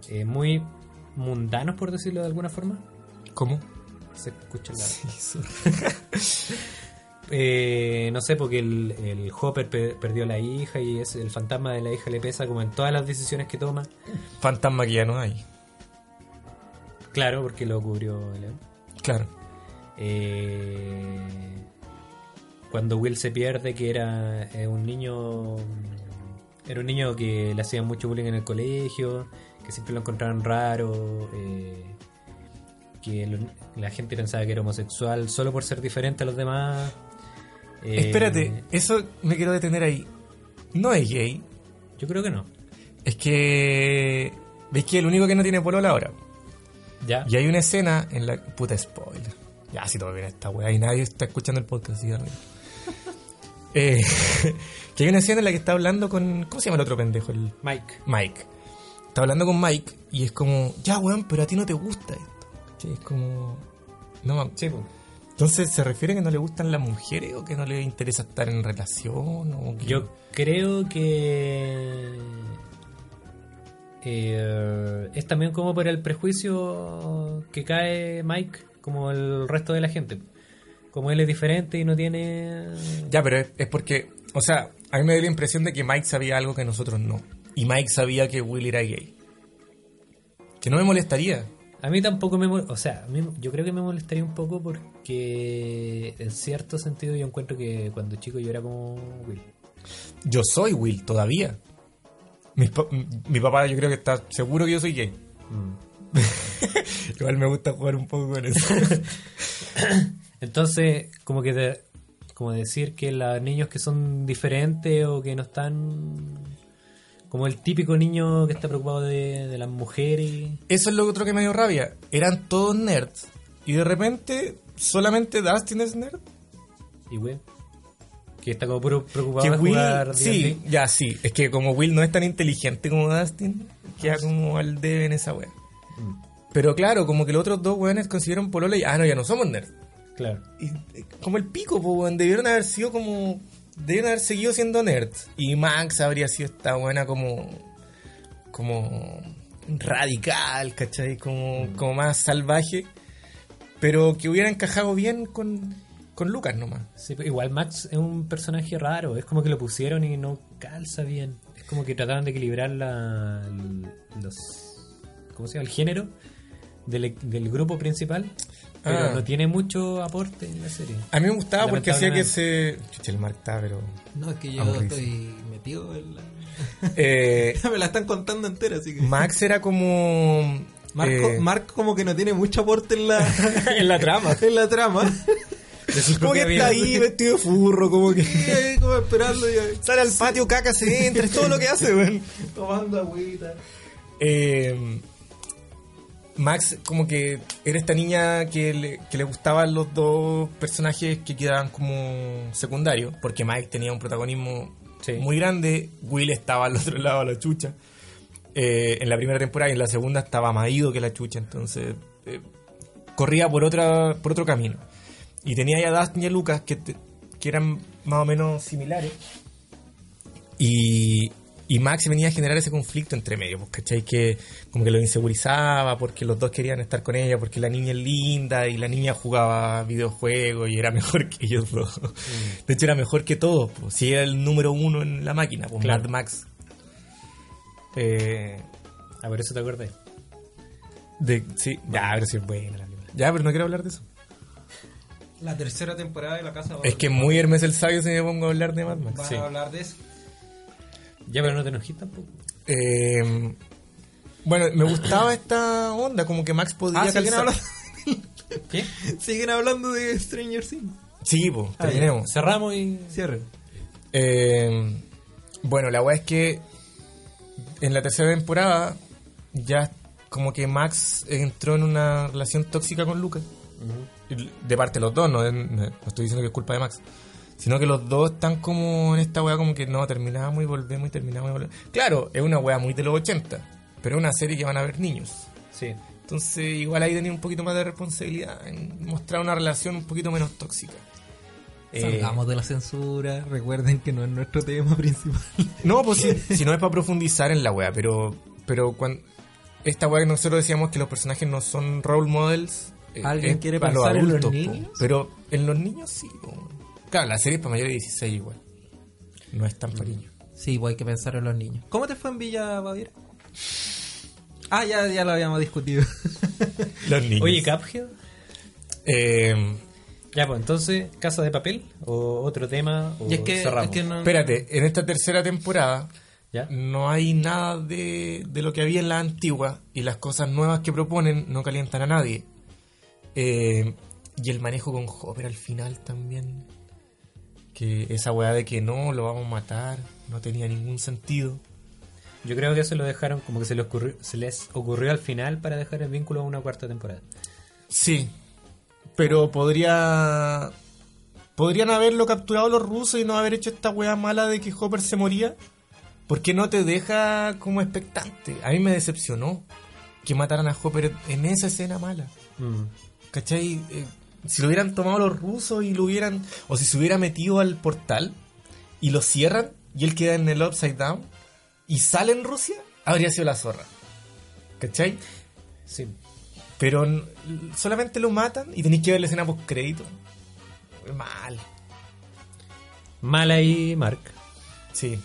eh, muy mundanos, por decirlo de alguna forma. ¿Cómo? Se escucha la... Eh, no sé, porque el, el Hopper pe- perdió a la hija y es, el fantasma de la hija le pesa como en todas las decisiones que toma. Fantasma que ya no hay. Claro, porque lo cubrió León. Claro. Eh, cuando Will se pierde, que era eh, un niño. mm, Era un niño que le hacían mucho bullying en el colegio, que siempre lo encontraban raro, eh, que lo- la gente pensaba que era homosexual solo por ser diferente a los demás. Eh, Espérate, eso me quiero detener ahí. No es gay. Yo creo que no. Es que. ¿Ves que el único que no tiene polola ahora? Ya. Y hay una escena en la. Puta spoiler. Ya, si todo bien esta weá y nadie está escuchando el podcast, así que da lo mismo. Eh, que hay una escena en la que está hablando con. ¿Cómo se llama el otro pendejo? El Mike. Mike. Está hablando con Mike y es como. Ya, weón, pero a ti no te gusta esto. ¿Cachai? Es como. No mames. Entonces, ¿se refiere a que no le gustan las mujeres o que no le interesa estar en relación? O que- Yo creo que eh, es también como por el prejuicio que cae Mike, como el resto de la gente. Como él es diferente y no tiene... Ya, pero es, es porque, o sea, a mí me dio la impresión de que Mike sabía algo que nosotros no. Y Mike sabía que Will era gay. Que no me molestaría. A mí tampoco me... mol- O sea, a mí- yo creo que me molestaría un poco porque en cierto sentido yo encuentro que cuando chico yo era como Will. Yo soy Will todavía. Mi, pa- mi papá yo creo que está seguro que yo soy gay. Mm. Igual me gusta jugar un poco con eso. Entonces, como que... de- como decir que los niños que son diferentes o que no están... Como el típico niño que está preocupado de, de las mujeres. eso es lo otro que me dio rabia. Eran todos nerds. Y de repente, solamente Dustin es nerd. Y Will. Que está como puro preocupado Que de Will, jugar. sí, D&D. ya sí. Es que como Will no es tan inteligente como Dustin, queda como al debe en esa wea. Pero claro, como que los otros dos weones consiguieron polola y ah, no, ya no somos nerds. Claro. Y, eh, como el pico, po, weón. Debieron haber sido como. Debieron haber seguido siendo nerds. Y Max habría sido esta buena como. Como. Radical, ¿cachai? Como, como más salvaje. Pero que hubiera encajado bien con, con Lucas nomás. Sí, pero igual Max es un personaje raro. Es como que lo pusieron y no calza bien. Es como que trataron de equilibrar la, los... ¿Cómo se llama? El género del, del grupo principal. Pero Ah. no tiene mucho aporte en la serie. A mí me gustaba porque hacía que Lamentablemente. se. Chucha, el Mark está, pero. No, es que yo Aburrido. estoy metido en la. Eh, Me la están contando entera, así que. Max era como. Marco, eh, Mark como que no tiene mucho aporte en la, en la trama. en la trama. De sus Como que está ahí vestido de furro, como que. Ahí como esperando y Sale al patio, caca, se entra, es todo lo que hace, weón. tomando agüita. Eh, Max, como que era esta niña que le, que le gustaban los dos personajes que quedaban como secundarios, porque Mike tenía un protagonismo Sí. muy grande, Will estaba al otro lado a la chucha. Eh, en la primera temporada y en la segunda estaba más ido que la chucha, entonces eh, corría por, otra, por otro camino. Y tenía ahí a Dustin y a Lucas que, te- que eran más o menos similares. Y, y Max venía a generar ese conflicto entre medio, pues, ¿cachai? Que como que lo insegurizaba porque los dos querían estar con ella, porque la niña es linda y la niña jugaba videojuegos y era mejor que ellos dos. Mm. De hecho, era mejor que todos, pues, si era el número uno en la máquina, pues Claro. Mad Max. Eh, Ah, por eso te acordé. de, sí, ya, pero sí es buena la película. Ya, pero no quiero hablar de eso. La tercera temporada de la casa va Es que muy Hermes el Sabio si me pongo a hablar de Mad Max. van Eh, sí. a hablar de eso. Ya, pero no te enojes tampoco. Eh, bueno, me gustaba esta onda, como que Max podía Ah, ¿siguen, calzar- hablando, ¿Qué? siguen hablando de Stranger Things. Sí, po, Ah, ya. terminemos. Cerramos y. Cierre. Eh, bueno, la weá es que en la tercera temporada ya como que Max entró en una relación tóxica con Lucas. De parte de los dos, no, no estoy diciendo que es culpa de Max. Sino que los dos están como en esta weá como que no, terminamos y volvemos y terminamos y volvemos. Claro, es una weá muy de los 80, pero es una serie que van a ver niños. Sí. Entonces, igual ahí tenía un poquito más de responsabilidad en mostrar una relación un poquito menos tóxica. Eh, Salgamos de la censura. Recuerden que no es nuestro tema principal. no, pues si, si no es para profundizar en la wea, pero, pero cuando, esta wea que nosotros decíamos que los personajes no son role models. eh, ¿Alguien es quiere para pensar en los po. niños? pero en los niños sí. po. Claro, la serie es para mayores de 16 igual. No es tan para niños. Sí, pues hay que pensar en los niños. ¿Cómo te fue en Villa Baviera? Ah, ya, ya lo habíamos discutido. Los niños. Oye, Cuphead. Eh, Ya, pues entonces, Casa de Papel o otro tema o y es que, cerramos. es que no- espérate, en esta tercera temporada ¿Ya? no hay nada de, de lo que había en la antigua y las cosas nuevas que proponen no calientan a nadie. Eh, y el manejo con Hopper al final también. Que esa weá de que no, lo vamos a matar, no tenía ningún sentido. Yo creo que eso lo dejaron como que se les, ocurrió, se les ocurrió al final para dejar el vínculo a una cuarta temporada. Sí, pero podría... Podrían haberlo capturado los rusos y no haber hecho esta weá mala de que Hopper se moría. Porque no te deja como expectante. A mí me decepcionó que mataran a Hopper en esa escena mala. Mm. ¿Cachai? Eh, si lo hubieran tomado los rusos y lo hubieran. O si se hubiera metido al portal y lo cierran y él queda en el upside down y sale en Rusia, habría sido la zorra. ¿Cachai? Sí. Pero n- solamente lo matan y tenéis que ver la escena post crédito. Mal. Mala y Mark. Sí.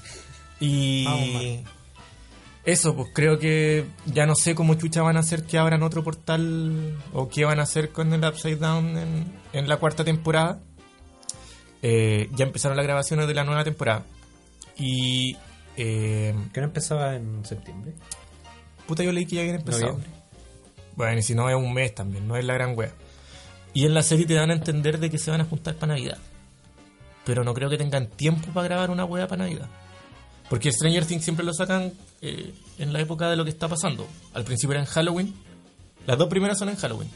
Y. Eso, pues creo que ya no sé cómo chucha van a hacer que abran otro portal o qué van a hacer con el Upside Down en, en la cuarta temporada. Eh, ya empezaron las grabaciones de la nueva temporada. Y. eh, Que no empezaba en septiembre. puta, yo leí que ya habían empezado. Noviembre. Bueno, y si no es un mes también, no es la gran wea. Y en la serie te dan a entender de que se van a juntar para Navidad. Pero no creo que tengan tiempo para grabar una wea para Navidad. Porque Stranger Things siempre lo sacan eh, en la época de lo que está pasando. Al principio era en Halloween. Las dos primeras son en Halloween.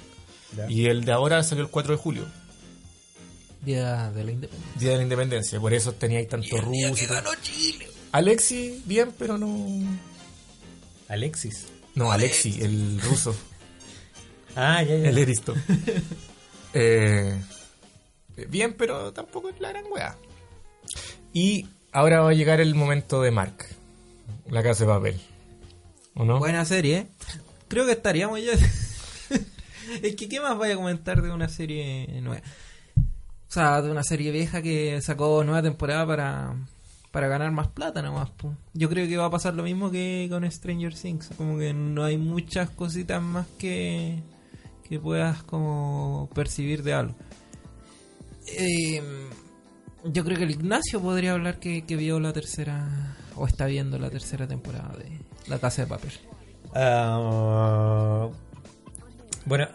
Ya. Y el de ahora salió el 4 de julio, Día de la independencia. Día de la Independencia. Por eso teníais tanto ruso. y todo. Alexi, bien, pero no. Alexis. No, Alexi, el ruso. Ah, ya, ya. El Eristo. Eh, bien, pero tampoco es la gran weá. Y ahora va a llegar el momento de Mark. La casa de papel. ¿O no? Buena serie, ¿eh? Creo que estaríamos ya. es que, ¿qué más voy a comentar de una serie nueva? O sea, de una serie vieja que sacó nueva temporada para, para ganar más plata nomás. po. Yo creo que va a pasar lo mismo que con Stranger Things. Como que no hay muchas cositas más que, que puedas como percibir de algo. Em, Eh, yo creo que el Ignacio podría hablar que, que vio la tercera o está viendo la tercera temporada de La Casa de Papel? Ah, bueno,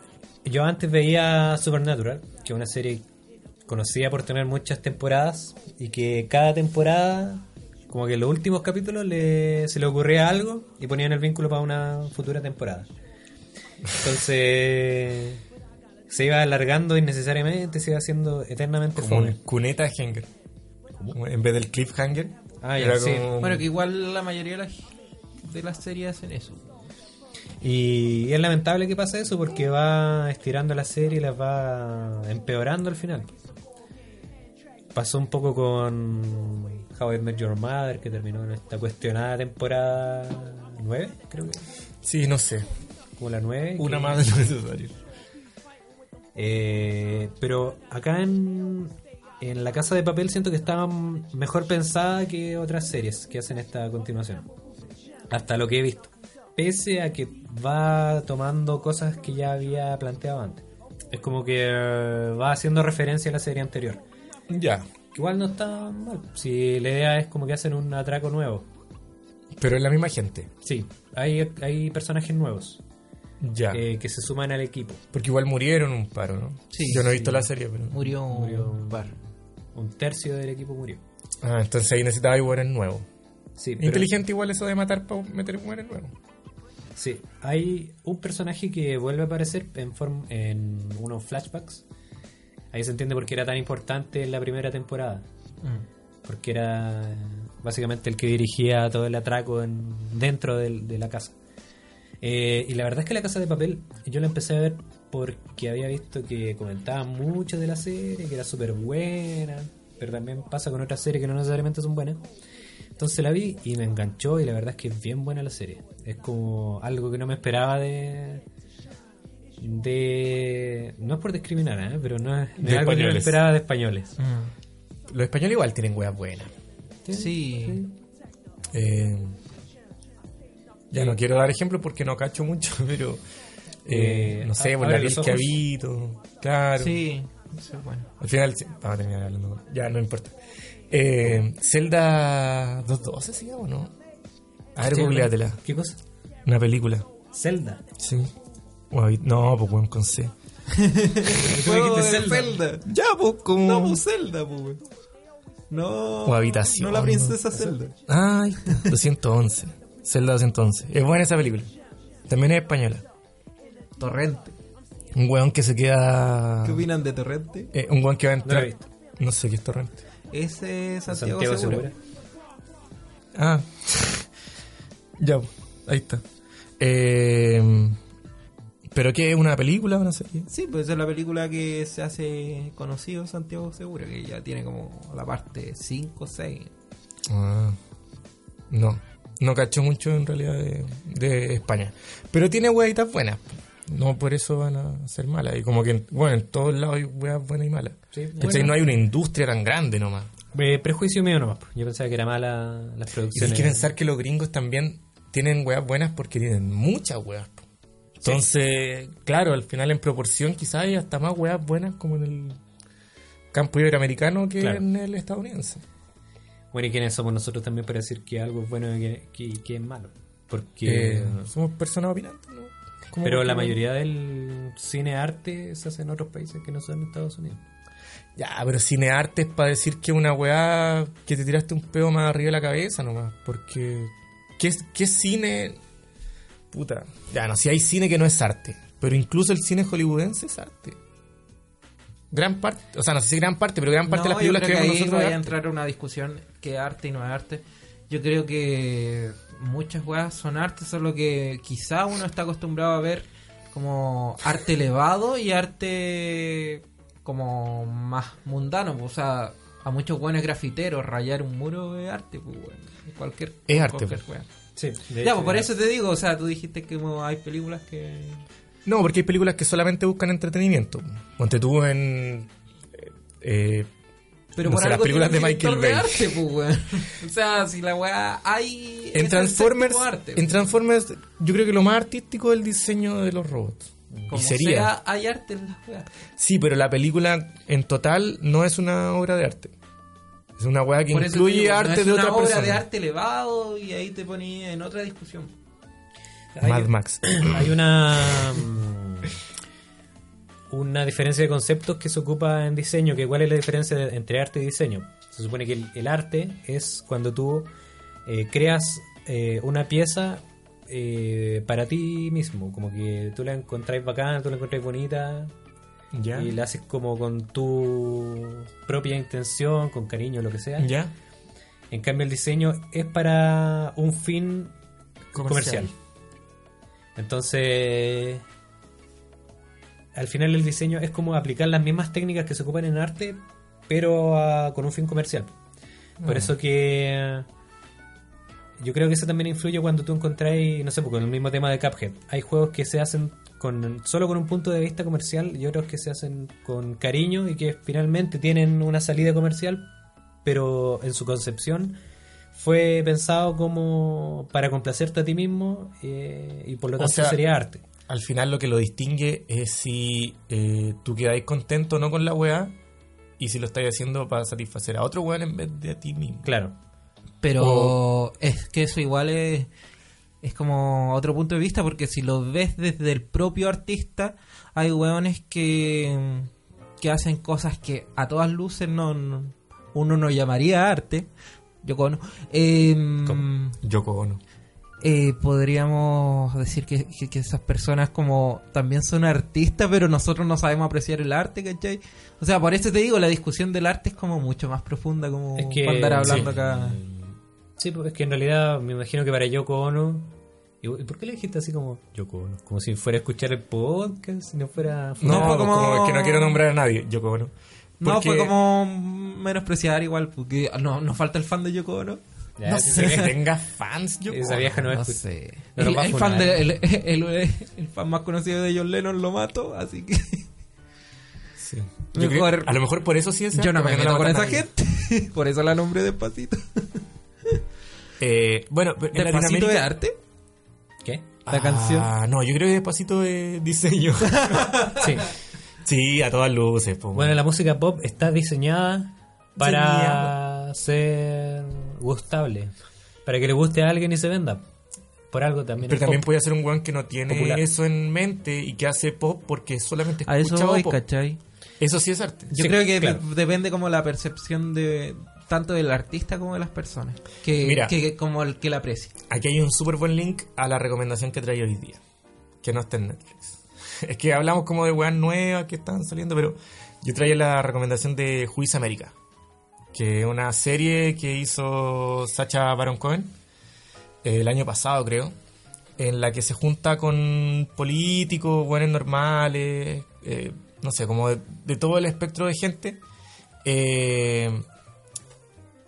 yo antes veía Supernatural, que es una serie conocida por tener muchas temporadas y que cada temporada, como que en los últimos capítulos le- se le ocurría algo y ponían el vínculo para una futura temporada. Entonces se iba alargando innecesariamente, se iba haciendo eternamente Como un fome. cuneta hanger. Como En vez del cliffhanger. Ah, ya, era sí. como un- Bueno, que igual la mayoría de las, de las series hacen eso. Y es lamentable que pase eso porque va estirando la serie y las va empeorando al final. Pasó un poco con How I Met Your Mother, que terminó en esta cuestionada temporada 9, creo que. Sí, no sé. Como la 9. Una más de lo necesario. Eh, pero acá en, en La Casa de Papel siento que estaba mejor pensada que otras series que hacen esta continuación. Hasta lo que he visto. Pese a que va tomando cosas que ya había planteado antes. Es como que eh, va haciendo referencia a la serie anterior. Ya. Que Igual no está mal. Si la idea es como que hacen un atraco nuevo. Pero es la misma gente. Sí, hay, hay personajes nuevos Ya. eh, que se suman al equipo. Porque igual murieron un paro, ¿no? Sí, Yo no he sí. visto la serie, pero. Murió, Murió un un bar. Un tercio del equipo murió. Ah, entonces ahí necesitaba igual nuevo. Sí, pero- Inteligente igual eso de matar para meter igual nuevo. Sí, hay un personaje que vuelve a aparecer en, form- en unos flashbacks. Ahí se entiende por qué era tan importante en la primera temporada. Porque era eh, básicamente el que dirigía todo el atraco en- dentro del- de la casa. Eh, y la verdad es que la casa de papel yo la empecé a ver porque había visto que comentaban mucho de la serie, que era súper buena, pero también pasa con otras series que no necesariamente son buenas. Entonces la vi y me enganchó y la verdad es que es bien buena la serie. Es como algo que no me esperaba de... de no es por discriminar, ¿eh? pero no es, no De es algo que no me españoles. esperaba de españoles. Los españoles igual tienen weas buenas. Sí. Eh, ya no quiero dar ejemplo porque no cacho mucho, pero. eh, Eh, no sé, a- por abre la los piel que ojos. habito. Claro. Sí, eso es bueno. Al final, sí, vamos a terminar hablando. Ya, no importa. Eh, Zelda 212 se llama o no? A ver, googleatela. ¿Qué cosa? Una película. Zelda. Sí. O habi- No, pues weón, con C. El juego juego de de Zelda. Ya, pues como. No, pues Zelda, pues. güey. No. O habitación, No la princesa Zelda. Ay, 211. Zelda 211. Es buena esa película. También es española. Torrente. Un weón que se queda. ¿Qué opinan de Torrente? Eh, un weón que va a No la entrar. he visto. No sé qué es torrente. Ese es Santiago, Santiago Segura. Segura. Ah. ya, pues, ahí está. Eh, ¿Pero qué? ¿Una película o una serie? Sí, pues esa es la película que se hace conocido Santiago Segura, que ya tiene como la parte 5 6. Ah, no. No cacho mucho en realidad de, de España. Pero tiene huevitas buenas. No por eso van a ser malas. Y como que, bueno, en todos lados hay huevas buenas y malas. Sí, ¿Cachai? bueno. No hay una industria tan grande nomás. Eh, prejuicio mío nomás. po. Yo pensaba que era mala las Y hay producciones. que pensar que los gringos también tienen huevas buenas porque tienen muchas huevas. po. Entonces, claro, al final en proporción quizás hay hasta más huevas buenas como en el campo iberoamericano que Claro. en el estadounidense. Bueno, ¿y quiénes somos nosotros también para decir que algo es bueno y que, que- que es malo? Porque... Que Eh, somos personas opinantes, ¿no? Como pero la cualquier- mayoría del cine arte se hace en otros países que no son Estados Unidos. Ya, pero cinearte es para decir que una weá que te tiraste un pedo más arriba de la cabeza nomás. Porque. ¿Qué, es- qué cine.? Puta. Ya, no, si hay cine que no es arte. Pero incluso el cine hollywoodense es arte. Gran parte. O sea, no sé si gran parte, pero gran parte de las películas que, vemos nosotros. es voy a arte. entrar a una discusión que arte y no es arte. Yo creo que muchas weas son arte, solo que quizá uno está acostumbrado a ver como arte elevado y arte como más mundano. pues, O sea, a muchos buenos grafiteros rayar un muro es arte, pues bueno, cualquier, Es arte, cualquier pues. wea. Sí, Ya, pues por eso te digo, o sea, tú dijiste que como, hay películas que... No, porque hay películas que solamente buscan entretenimiento. Ponte tú en. eh, Pero No por sé, las algo tiene películas un de Michael director Bay. de arte, pues, weón. O sea, si la weá hay... es en el Transformers. séptimo arte, en Transformers, yo creo que lo más artístico es el diseño de los robots. Como y sería. sea, hay arte en las weas. Sí, pero la película en total no es una obra de arte. Es una weá que Por eso incluye te digo, no arte es de una otra obra persona. de arte elevado y ahí te ponía en otra discusión. Hay- Mad Max. Hay una mm, una diferencia de conceptos que se ocupa en diseño, que cuál es la diferencia de- entre arte y diseño. Se supone que el, el arte es cuando tú eh, creas eh, una pieza eh, para ti mismo, como que tú la encontráis bacana, tú la encontráis bonita ¿Ya? y la haces como con tu propia intención, con cariño, lo que sea. ¿Ya? En cambio, el diseño es para un fin comercial. Entonces, al final el diseño es como aplicar las mismas técnicas que se ocupan en arte, pero ah, con un fin comercial. Por eso que yo creo que eso también influye cuando tú encontráis, no sé, porque con el mismo tema de Cuphead, hay juegos que se hacen con solo con un punto de vista comercial y otros que se hacen con cariño y que finalmente tienen una salida comercial, pero en su concepción fue pensado como para complacerte a ti mismo eh, y por lo O tanto sea, sería arte. Al final lo que lo distingue es si eh, tú quedáis contento o no con la weá y si lo estáis haciendo para satisfacer a otro weón en vez de a ti mismo. Claro. Pero es que eso igual es, es como otro punto de vista, porque si lo ves desde el propio artista, hay hueones que, que hacen cosas que a todas luces no, no- uno no llamaría arte. Yo con, em, ¿Cómo? Yo Ono. eh, podríamos decir que, que- que esas personas como también son artistas, pero nosotros no sabemos apreciar el arte, ¿cachai? O sea, por eso te digo, la discusión del arte es como mucho más profunda, como Es que- para andar hablando sí. acá. Sí, pues es que en realidad me imagino que para Yoko Ono. ¿Y y por qué le dijiste así como Yoko Ono? Como si fuera a escuchar el podcast, si no fuera. No, No, como... como- es que no quiero nombrar a nadie. Yoko Ono. No, fue Porque- como menospreciar igual, porque no, nos falta el fan de Yoko Ono. Ya, No si sé que esa- tenga fans, Yoko Esa Ono. vieja no, No ¿eh? escucha. sé. No lo el, va a el fan funar. de- el, el- el fan más conocido de John Lennon lo mato, así que Sí. Yo Mejor- creo- a lo mejor por eso sí es. yo no arte, porque me meto la con mata esa nadie. gente. Por eso la nombré despacito. Eh, bueno, en ¿Despacito de Latinoamérica- arte? ¿Qué? la canción. Ah, no, yo creo que despacito de diseño. Sí. sí, a todas luces. po. Bueno, la música pop está diseñada para ser gustable. Para que le guste a alguien y se venda. Por algo también. Pero es también pop. puede ser un weón que no tiene Popular. eso en mente y que hace pop porque solamente A eso escuchaba voy, pop. ¿cachai? Eso sí es arte. Yo Sí, creo que claro. de- depende como la percepción de tanto del artista como de las personas. Que, Mira. que, que como el que la aprecia. Aquí hay un súper buen link a la recomendación que traí hoy día, que no está en Netflix. Es que hablamos como de weas nuevas que están saliendo, pero yo traía la recomendación de Juiz América, que es una serie que hizo Sacha Baron Cohen eh, el año pasado, creo, en la que se junta con políticos, buenos normales, eh, no sé, como de, de todo el espectro de gente. Eh,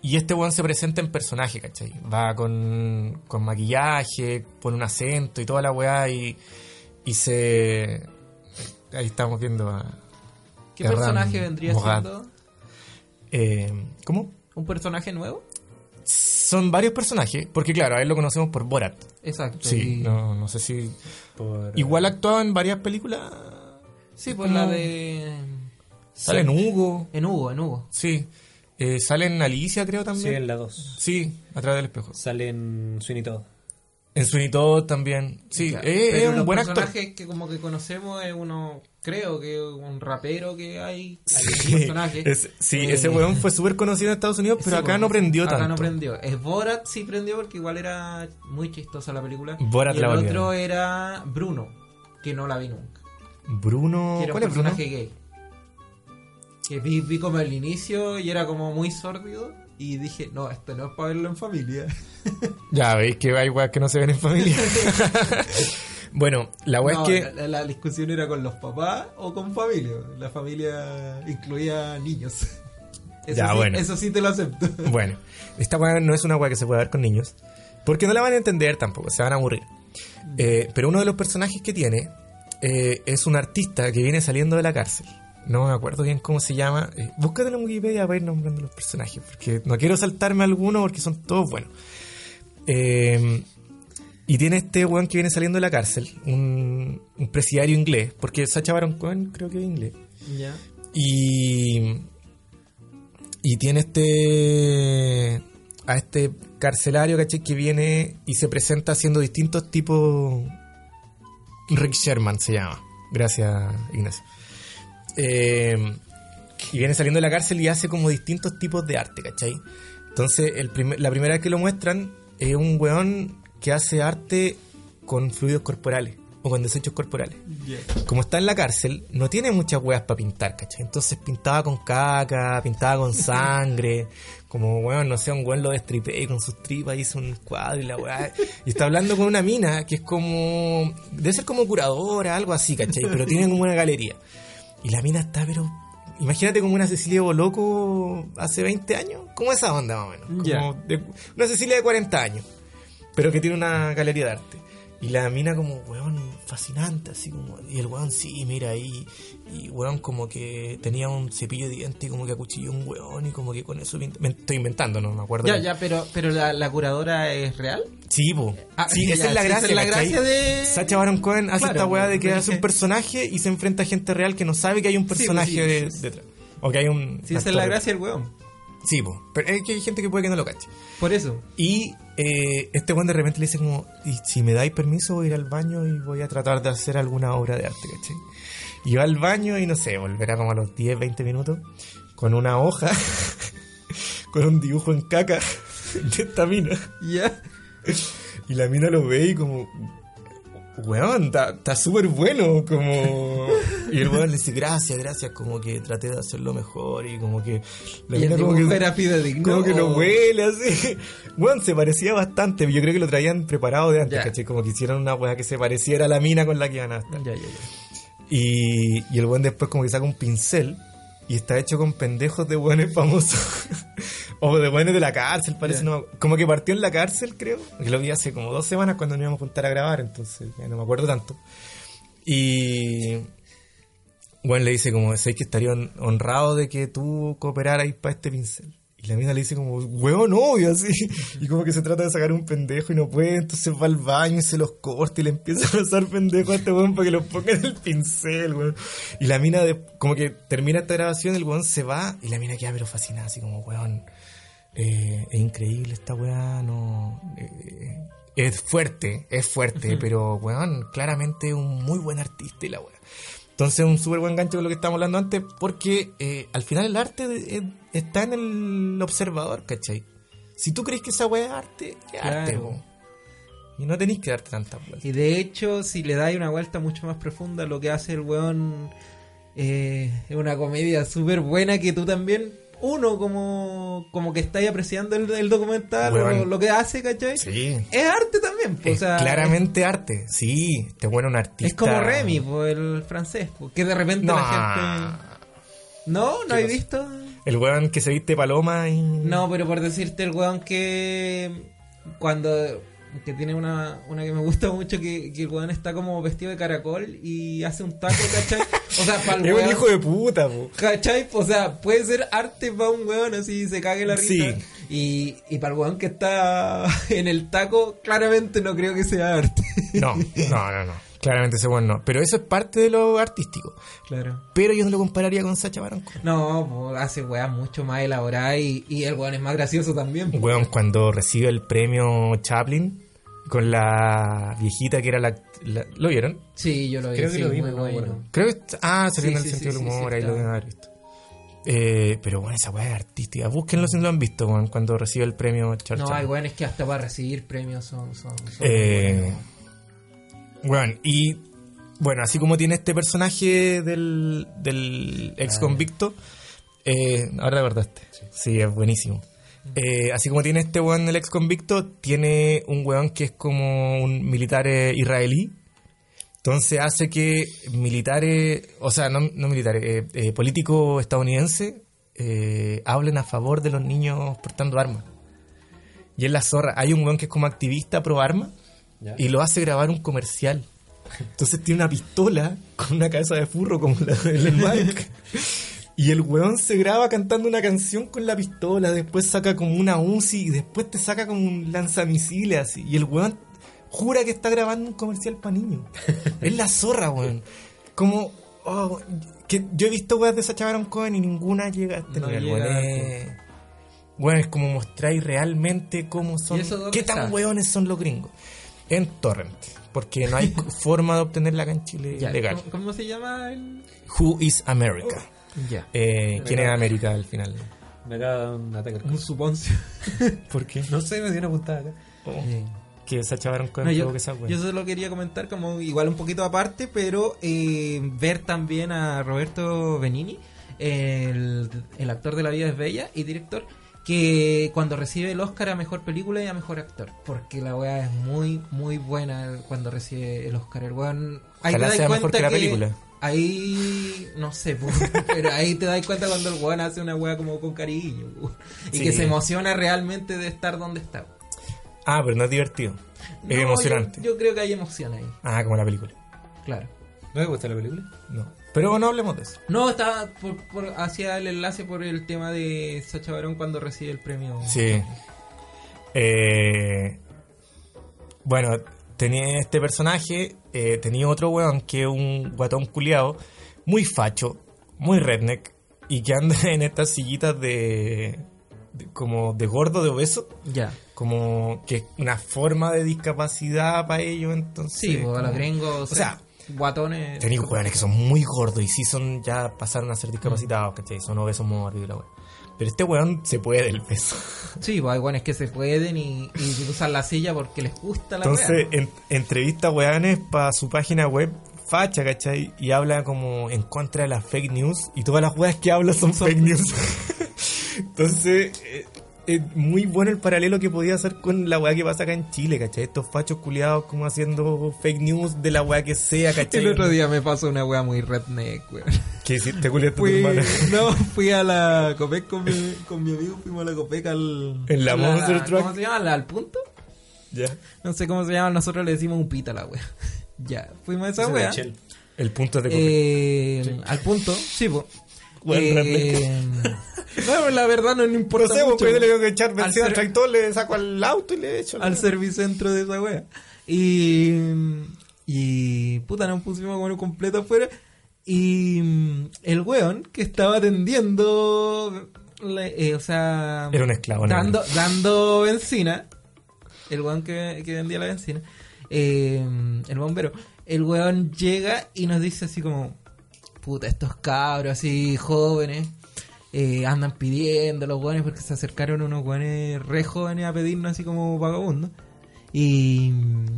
y este weón se presenta en personaje, ¿cachai? Va con, con maquillaje, pone un acento y toda la weá y, y se... Ahí estamos viendo a... ¿Qué Ferran personaje vendría Mogat. siendo? eh, ¿Cómo? ¿Un personaje nuevo? Son varios personajes, porque claro, a él lo conocemos por Borat. Exacto. Sí, y- no, no sé si... Por, eh, Igual ha actuado en varias películas. Sí, pues Como- la de. Sale en Hugo, En Hugo, en Hugo. sí. Eh, sale en Alicia, creo Sí, en también. la 2. Sí, a través del espejo. Salen Sweeney Todd. En Sweeney Todd también. Sí, Claro. es, es Pero un los buen actor. personajes que como que conocemos es uno, creo que un rapero que hay. hay Sí, un personaje. es- sí, Eh, ese weón fue súper conocido en Estados Unidos, pero sí, acá pues, no prendió acá tanto. no prendió. Es Borat sí prendió porque igual era muy chistosa la película. Borat y el la volvieron. otro era Bruno, que no la vi nunca. Bruno, que era un ¿cuál es Bruno? personaje gay. Que vi, vi como el inicio y era como muy sórdido. Y dije, no, esto no es para verlo en familia. Ya veis que hay weas que no se ven en familia. bueno, la wea No, es que la, la- la discusión era con los papás o con familia. La familia incluía niños. Eso, Ya, sí, bueno. eso sí te lo acepto. Bueno, esta weá no es una weá que se pueda ver con niños. Porque no la van a entender tampoco, se van a aburrir. Eh, pero uno de los personajes que tiene eh, es un artista que viene saliendo de la cárcel. No me acuerdo bien cómo se llama. Eh, búscatelo en Wikipedia para ir nombrando los personajes. Porque no quiero saltarme alguno porque son todos buenos. Eh, y tiene este weón que viene saliendo de la cárcel. Un, un presidiario inglés. Porque Sacha Baron Cohen creo que es inglés. Ya. Y Y tiene este. a este carcelario, ¿cachai? Que viene y se presenta haciendo distintos tipos. Rick Sherman se llama. Gracias, Ignacio. Eh, y viene saliendo de la cárcel y hace como distintos tipos de arte, ¿cachai? Entonces, el primer- la primera vez que lo muestran es un weón que hace arte con fluidos corporales o con desechos corporales. Como está en la cárcel, no tiene muchas weas para pintar, ¿cachai? Entonces pintaba con caca, pintaba con sangre, como weón, no sé, un weón lo destripé con sus tripas, hizo un cuadro y la weá. Y está hablando con una mina que es como. debe ser como curadora, algo así, ¿cachai? Pero tiene como una galería. Y la mina está, pero. Imagínate como una Cecilia Boloco hace 20 años. Como esa onda, más o menos. Como Ya. de- una Cecilia de 40 años. Pero que tiene una galería de arte. Y la mina como, weón, fascinante, así como... Y el weón, sí, mira, ahí... Y weón como que tenía un cepillo de dientes y como que acuchilló un weón y como que con eso... pint- Me estoy inventando, no me acuerdo. Ya, bien. ya, pero, pero la, la curadora es real. Sí, po. Ah, sí, ya, esa es la sí, gracia. esa es la ¿cachai? gracia de- Sacha Baron Cohen hace Claro, esta weá de que pero hace dije- un personaje y se enfrenta a gente real que no sabe que hay un pues, sí, personaje de- sí. detrás. O que hay un. Si esa es actor la detrás. gracia del weón. Sí, po. Pero es que hay gente que puede que no lo cache. Por eso. Y eh, este weón de repente le dice como, "Y si me dais permiso voy a ir al baño y voy a tratar de hacer alguna obra de arte, ¿cachai? Y va al baño y no sé, volverá como a los 10, 20 minutos con una hoja, con un dibujo en caca de esta mina. Ya. Y la mina lo ve y como, weón, está está súper bueno, como... Y el weón le dice, gracias, gracias, como que traté de hacerlo mejor y como que... La y el mina como dibujo que- era fidedigno. Oh. como que lo o- huele así. Bueno, se parecía bastante. Yo creo que lo traían preparado de antes, Ya. ¿cachai? Como que hicieron una weá que se pareciera a la mina con la que iban a estar. Ya, ya, ya. Y, y el buen después como que saca un pincel y está hecho con pendejos de buenos famosos. o de buenos de la cárcel, parece. Ya. no me acu- como que partió en la cárcel, creo. Que lo vi hace como dos semanas cuando nos íbamos a juntar a grabar, entonces ya no me acuerdo tanto. Y... Bueno, le dice como, sé que estaría hon- honrado de que tú cooperaras para este pincel. Y la mina le dice como, huevo no, y así. Y como que se trata de sacar un pendejo y no puede, entonces va al baño y se los corta y le empieza a pasar pendejo a este weón para que los ponga en el pincel, weón. Y la mina, de- como que termina esta grabación, el weón se va y la mina queda pero fascinada, así como, weón, eh, es increíble esta weá, no... eh, es fuerte, es fuerte, pero weón, claramente un muy buen artista y la weá. Entonces un súper buen gancho con lo que estábamos hablando antes, porque eh, al final el arte de- eh, está en el observador, ¿cachai? Si tú crees que esa weá es arte, es Claro. arte, po. Y no tenéis que darte tanta vuelta. Y de hecho, si le dais una vuelta mucho más profunda, lo que hace el weón eh, es una comedia súper buena que tú también, uno como, como que estáis apreciando el, el documental, o Weón. lo, lo que hace, ¿cachai? Sí. Es arte también, pues, Es o sea, claramente arte, sí. Este bueno un artista. Es como Remy, pues, el francés, pues, que de repente No. la gente... No, no he visto. El weón que se viste paloma y. No, pero por decirte el weón que cuando que tiene una, una que me gusta mucho que, que el weón está como vestido de caracol y hace un taco, ¿cachai? O sea, para el Es un weón, hijo de puta, po. ¿cachai? O sea, puede ser arte para un weón así se cague la risa. Sí. Y, y para el weón que está en el taco, claramente no creo que sea arte. No, no, no, no. Claramente ese weón no. Pero eso es parte de lo artístico. Claro. Pero yo no lo compararía con Sacha Baron Cohen. No, pues, hace weas mucho más elaboradas y, y el weón es más gracioso también. pues. Weón, cuando recibe el premio Chaplin con la viejita que era la. la- ¿Lo vieron? Sí, yo lo vi. Creo que sí, lo vi, muy pero no me bueno. acuerdo. Creo que. Ah, salió Sí, en el sí, sentido sí, del sí, humor, sí, ahí lo está. deben haber visto. Eh, pero bueno, esa weá es artística. Búsquenlo si no lo han visto, weón, cuando recibe el premio Charles No, hay Chaplin. weones que hasta para recibir premios son. son, son Eh, buenos. bueno, y bueno, así como tiene este personaje del, del ex convicto, eh, ahora te acordaste. Sí, es buenísimo. Eh, así como tiene este weón del ex convicto, tiene un weón que es como un militar eh, israelí. Entonces hace que militares, o sea, no, no militares, eh, eh, políticos estadounidenses eh, hablen a favor de los niños portando armas. Y es la zorra. Hay un weón que es como activista pro arma Ya. y lo hace grabar un comercial. Entonces tiene una pistola con una cabeza de furro como la del Mike. Y el weón se graba cantando una canción con la pistola, después saca como una UCI y después te saca como un lanzamisiles así. Y el weón jura que está grabando un comercial para niños. es la zorra, weón. Como, oh, que yo he visto weas de Sacha Baron Cohen y ninguna llega a este No nivel, llega weón. al Eh, weón, es como mostráis realmente cómo son, ¿Y eso dónde qué tan está? weones son los gringos. En Torrent, porque no hay forma de obtenerla acá en Chile Ya, legal. ¿cómo, cómo se llama el...? Who is America? Ya. Eh, ¿Quién es América al final? Me acaba de dar un ataque al Un corazón. suponcio. ¿Por qué? No sé, me dio una puntada acá. Eh, Que Sacha Baron Cohen No, yo, provoque esa wea. yo solo quería comentar como igual un poquito aparte, pero eh, ver también a Roberto Benini, el, el actor de La vida es bella y director, que cuando recibe el Oscar a Mejor Película y a Mejor Actor, porque la weá es muy, muy buena cuando recibe el Oscar. El weón... ahí te Ojalá das sea mejor cuenta que la película. Ahí, no sé, po, pero ahí te das cuenta cuando el weón hace una weá como con cariño po, y Sí. que se emociona realmente de estar donde está. Ah, pero no es divertido. No, Es yo- emocionante. Yo, creo que hay emoción ahí, Ah, como la película. claro. ¿No te gusta la película? No. Pero no hablemos de eso. No, estaba por, por- hacía el enlace por el tema de Sacha Barón cuando recibe el premio. Sí. Eh, bueno, tenía este personaje, eh, tenía otro weón que es un guatón culiado, muy facho, muy redneck, y que anda en estas sillitas de, de- como de gordo, de obeso, Ya. como que es una forma de discapacidad para ellos, entonces... Sí, pues, a los como- gringos. o O sea, guatones. Tenéis hueones que son muy gordos y sí son, ya pasaron a ser discapacitados, ¿cachai? Son obesos mórbidos y la wea. Pero este weón se puede del peso. Sí, pues hay guanes que se pueden y, y usan la silla porque les gusta la Entonces, wea. en- entrevista a weones para su página web facha, ¿cachai? Y habla como en contra de las fake news. Y todas las weas que habla son fake news. Entonces, eh, es muy bueno el paralelo que podía hacer con la wea que pasa acá en Chile, ¿cachai? Estos fachos culiados como haciendo fake news de la wea que sea, ¿cachai? El otro día me pasó una wea muy redneck, weón. ¿Qué hiciste, culiaste Fui, tu hermana? no, fui a la Copec con mi, con mi amigo, fuimos a la Copec al... En la a Monster Truck. ¿Cómo se llama? ¿La- ¿Al punto? Ya. No sé cómo se llama, nosotros le decimos un pita a la wea. Ya, fuimos a esa Esa wea. de Shell. El punto de Eh, Al punto, sí, po. Buen Eh, no, la verdad no me importa No sé, mucho, porque pues, yo le tengo que echar Al vencido al ser- tractor, le saco al auto y le echo. la- al servicentro de esa wea. Y. Y. Puta, nos pusimos como un completo afuera. Y. mm, El weón que estaba atendiendo. le- eh, o sea. Era un esclavo, ¿no? Dando, dando benzina. El weón que, que vendía la benzina. eh, el bombero. El weón llega y nos dice así como. Puta, estos cabros así jóvenes. eh, andan pidiendo los weones porque se acercaron unos weones re jóvenes a pedirnos así como vagabundos. Y,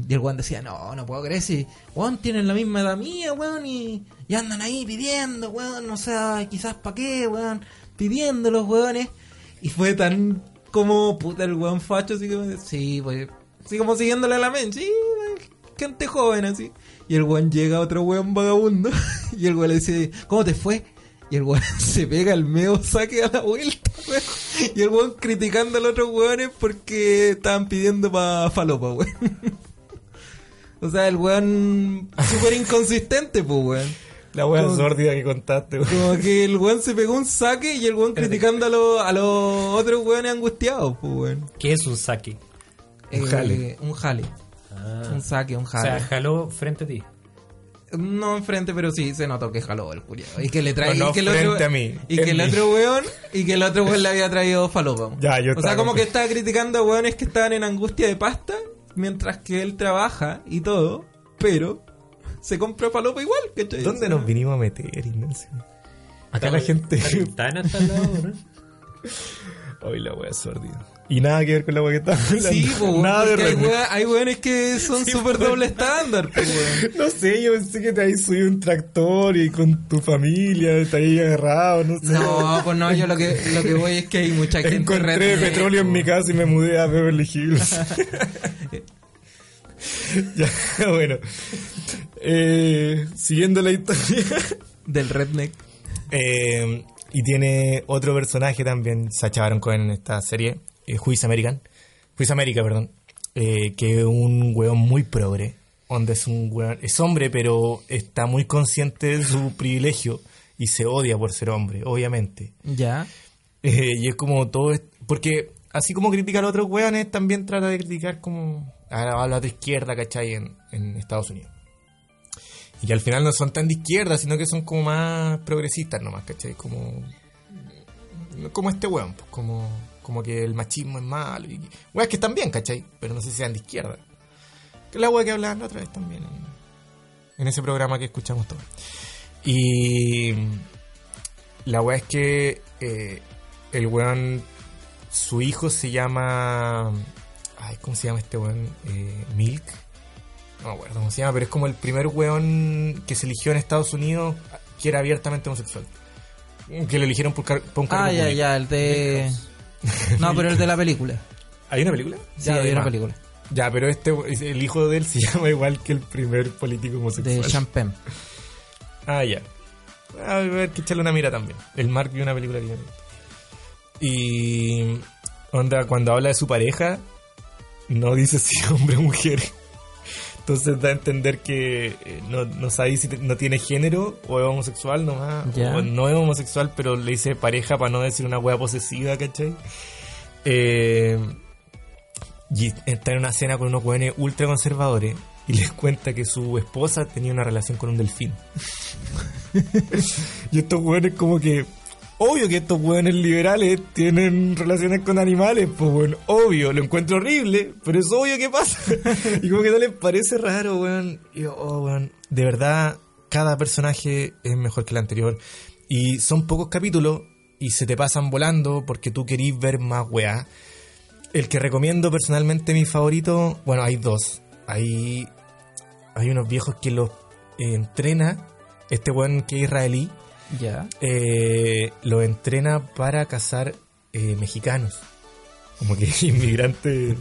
y el weón decía, no, no puedo creer si, weón, tienen la misma edad mía, weón, y, y andan ahí pidiendo, weón, no sé, quizás pa' qué, weón, pidiendo los weones. Y fue tan como, puta, el weón facho, así como, sí, pues, así como siguiéndole la mente, sí, weón, gente joven, así. Y el weón llega a otro weón vagabundo, y el weón le dice, ¿cómo te fue? Y el weón se pega el medio saque a la vuelta, weón. Y el weón criticando a los otros weones porque estaban pidiendo pa' falopa, weón. O sea, el weón súper inconsistente, pues, weón. La wea Como- sórdida que contaste, weón. Como que el weón se pegó un saque y el weón criticando a los, a los otros weones angustiados, pues, weón. ¿Qué es un saque? Un jale. Un jale. Ah. Un saque, un O sea, jale. jaló frente a ti. No enfrente, pero sí se notó que jaló el culiado. Y que le trae. No, no y que el frente otro, a mí, Y en que el mí. otro weón. Y que el otro weón le había traído falopa. Ya, yo o sea, estaba como con- que estaba criticando a weones que estaban en angustia de pasta. Mientras que él trabaja y todo. Pero se compra falopa igual, ¿cachai? ¿Dónde nos vinimos a meter, Ignacio? Acá Está- la gente. está Quintana está al lado, ¿no? Hoy la wea sórdida. Y nada que ver con la wea que estaba hablando. Sí, po, weón, Nada de porque hay, redneck. wea- hay weones que son súper doble estándar, po, weón. No sé, yo pensé que te habías subido un tractor y con tu familia te habías agarrado, no sé. No, pues no, yo lo que, lo que voy es que hay mucha gente. Encontré redneck, petróleo en po. mi casa y me mudé a Beverly Hills. ya, bueno. Eh, siguiendo la historia. Del redneck. Eh, y tiene otro personaje también, Sacha Baron Cohen en esta serie, eh, Juiz American. Juiz América, perdón. eh, que es un weón muy progre. Donde es un weón, es hombre, pero está muy consciente de su privilegio y se odia por ser hombre, obviamente. Ya. Eh, y es como todo. est- Porque así como critica a los otros weones, también trata de criticar como a la, a la otra izquierda, ¿cachai? En, en Estados Unidos. Y que al final no son tan de izquierda, sino que son como más progresistas nomás, ¿cachai? Como. Como este weón, pues, como, como que el machismo es malo. Y, weas que están bien, ¿cachai? Pero no sé si sean de izquierda. Que la wea que hablaban la otra vez también en, en ese programa que escuchamos todos. Y. La wea es que eh, el weón. Su hijo se llama. Ay, ¿cómo se llama este weón? Eh, Milk. No me acuerdo cómo se llama, pero es como el primer weón que se eligió en Estados Unidos que era abiertamente homosexual. Que lo eligieron por, car- por un cargo Ah, ya, público. ya, el de. No, pero el de la película. ¿Hay una película? Sí, hay hay una más. película. Ya, pero este, el hijo de él se llama igual que el primer político homosexual. De Champagne. Ah, ya. A ver, que echarle una mira también. El Mark vio una película que yo no he visto. Y. Onda, cuando habla de su pareja, no dice si es hombre o mujer. Entonces da a entender que eh, no, no sabe si te- no tiene género o es homosexual nomás. Ya. O no es homosexual, pero le dice pareja para no decir una wea posesiva, ¿cachai? Eh, y está en una cena con unos jóvenes ultra conservadores y les cuenta que su esposa tenía una relación con un delfín. y estos hueones como que... Obvio que estos hueones liberales tienen relaciones con animales, pues bueno, obvio, lo encuentro horrible, pero es obvio que pasa. y como que no les parece raro, weón. Y yo, oh, weón, de verdad, cada personaje es mejor que el anterior. Y son pocos capítulos y se te pasan volando porque tú querís ver más weá. El que recomiendo personalmente, mi favorito, bueno, hay dos. Hay, hay unos viejos que los eh, entrena. Este weón que es israelí Ya. eh, lo entrena para cazar eh, mexicanos. Como que inmigrantes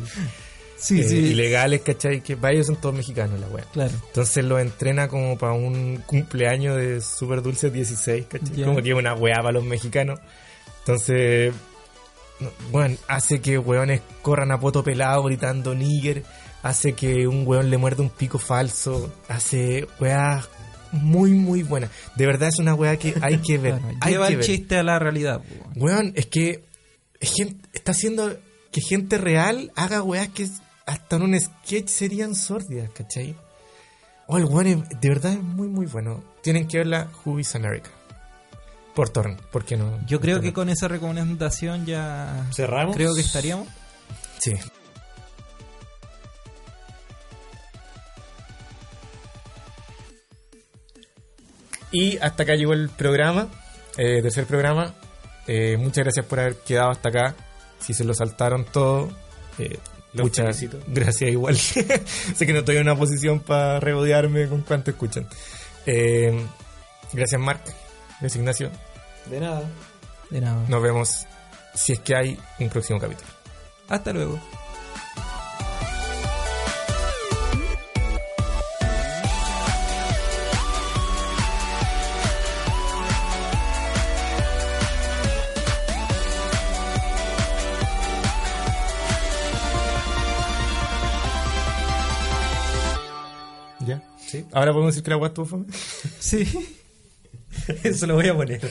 Sí, eh, sí. ilegales, ¿cachai? Que para ellos son todos mexicanos, la weá. Claro. Entonces lo entrena como para un cumpleaños de Super Dulce 16, ¿cachai? Ya. Como que es una weá para los mexicanos. Entonces, no, bueno, hace que weones corran a poto pelado gritando nigger, hace que un weón le muerde un pico falso, hace weá muy, muy buena. De verdad es una weá que hay que ver. Claro, Eh, hay Lleva que el ver. chiste a la realidad. po, weón. Weón, es que es gen- está haciendo que gente real haga weas que es- hasta en un sketch serían sordias, ¿cachai? Oh, el weón es- de verdad es muy, muy bueno. Tienen que verla Who is America. Por Torn, porque no. Yo por creo Torrent. que con esa recomendación ya. Cerramos. Creo que estaríamos. Sí. Y hasta acá llegó el programa, eh, tercer programa. Eh, muchas gracias por haber quedado hasta acá. Si se lo saltaron todo, eh, Los muchas felicito. gracias igual. sé que no estoy en una posición para regodearme con cuánto escuchan. Eh, gracias Marc, gracias Ignacio. De nada. De nada. Nos vemos si es que hay un próximo capítulo. Hasta luego. ¿Ya? Ahora podemos decir que la guay estuvo fome. Sí. Eso lo voy a poner.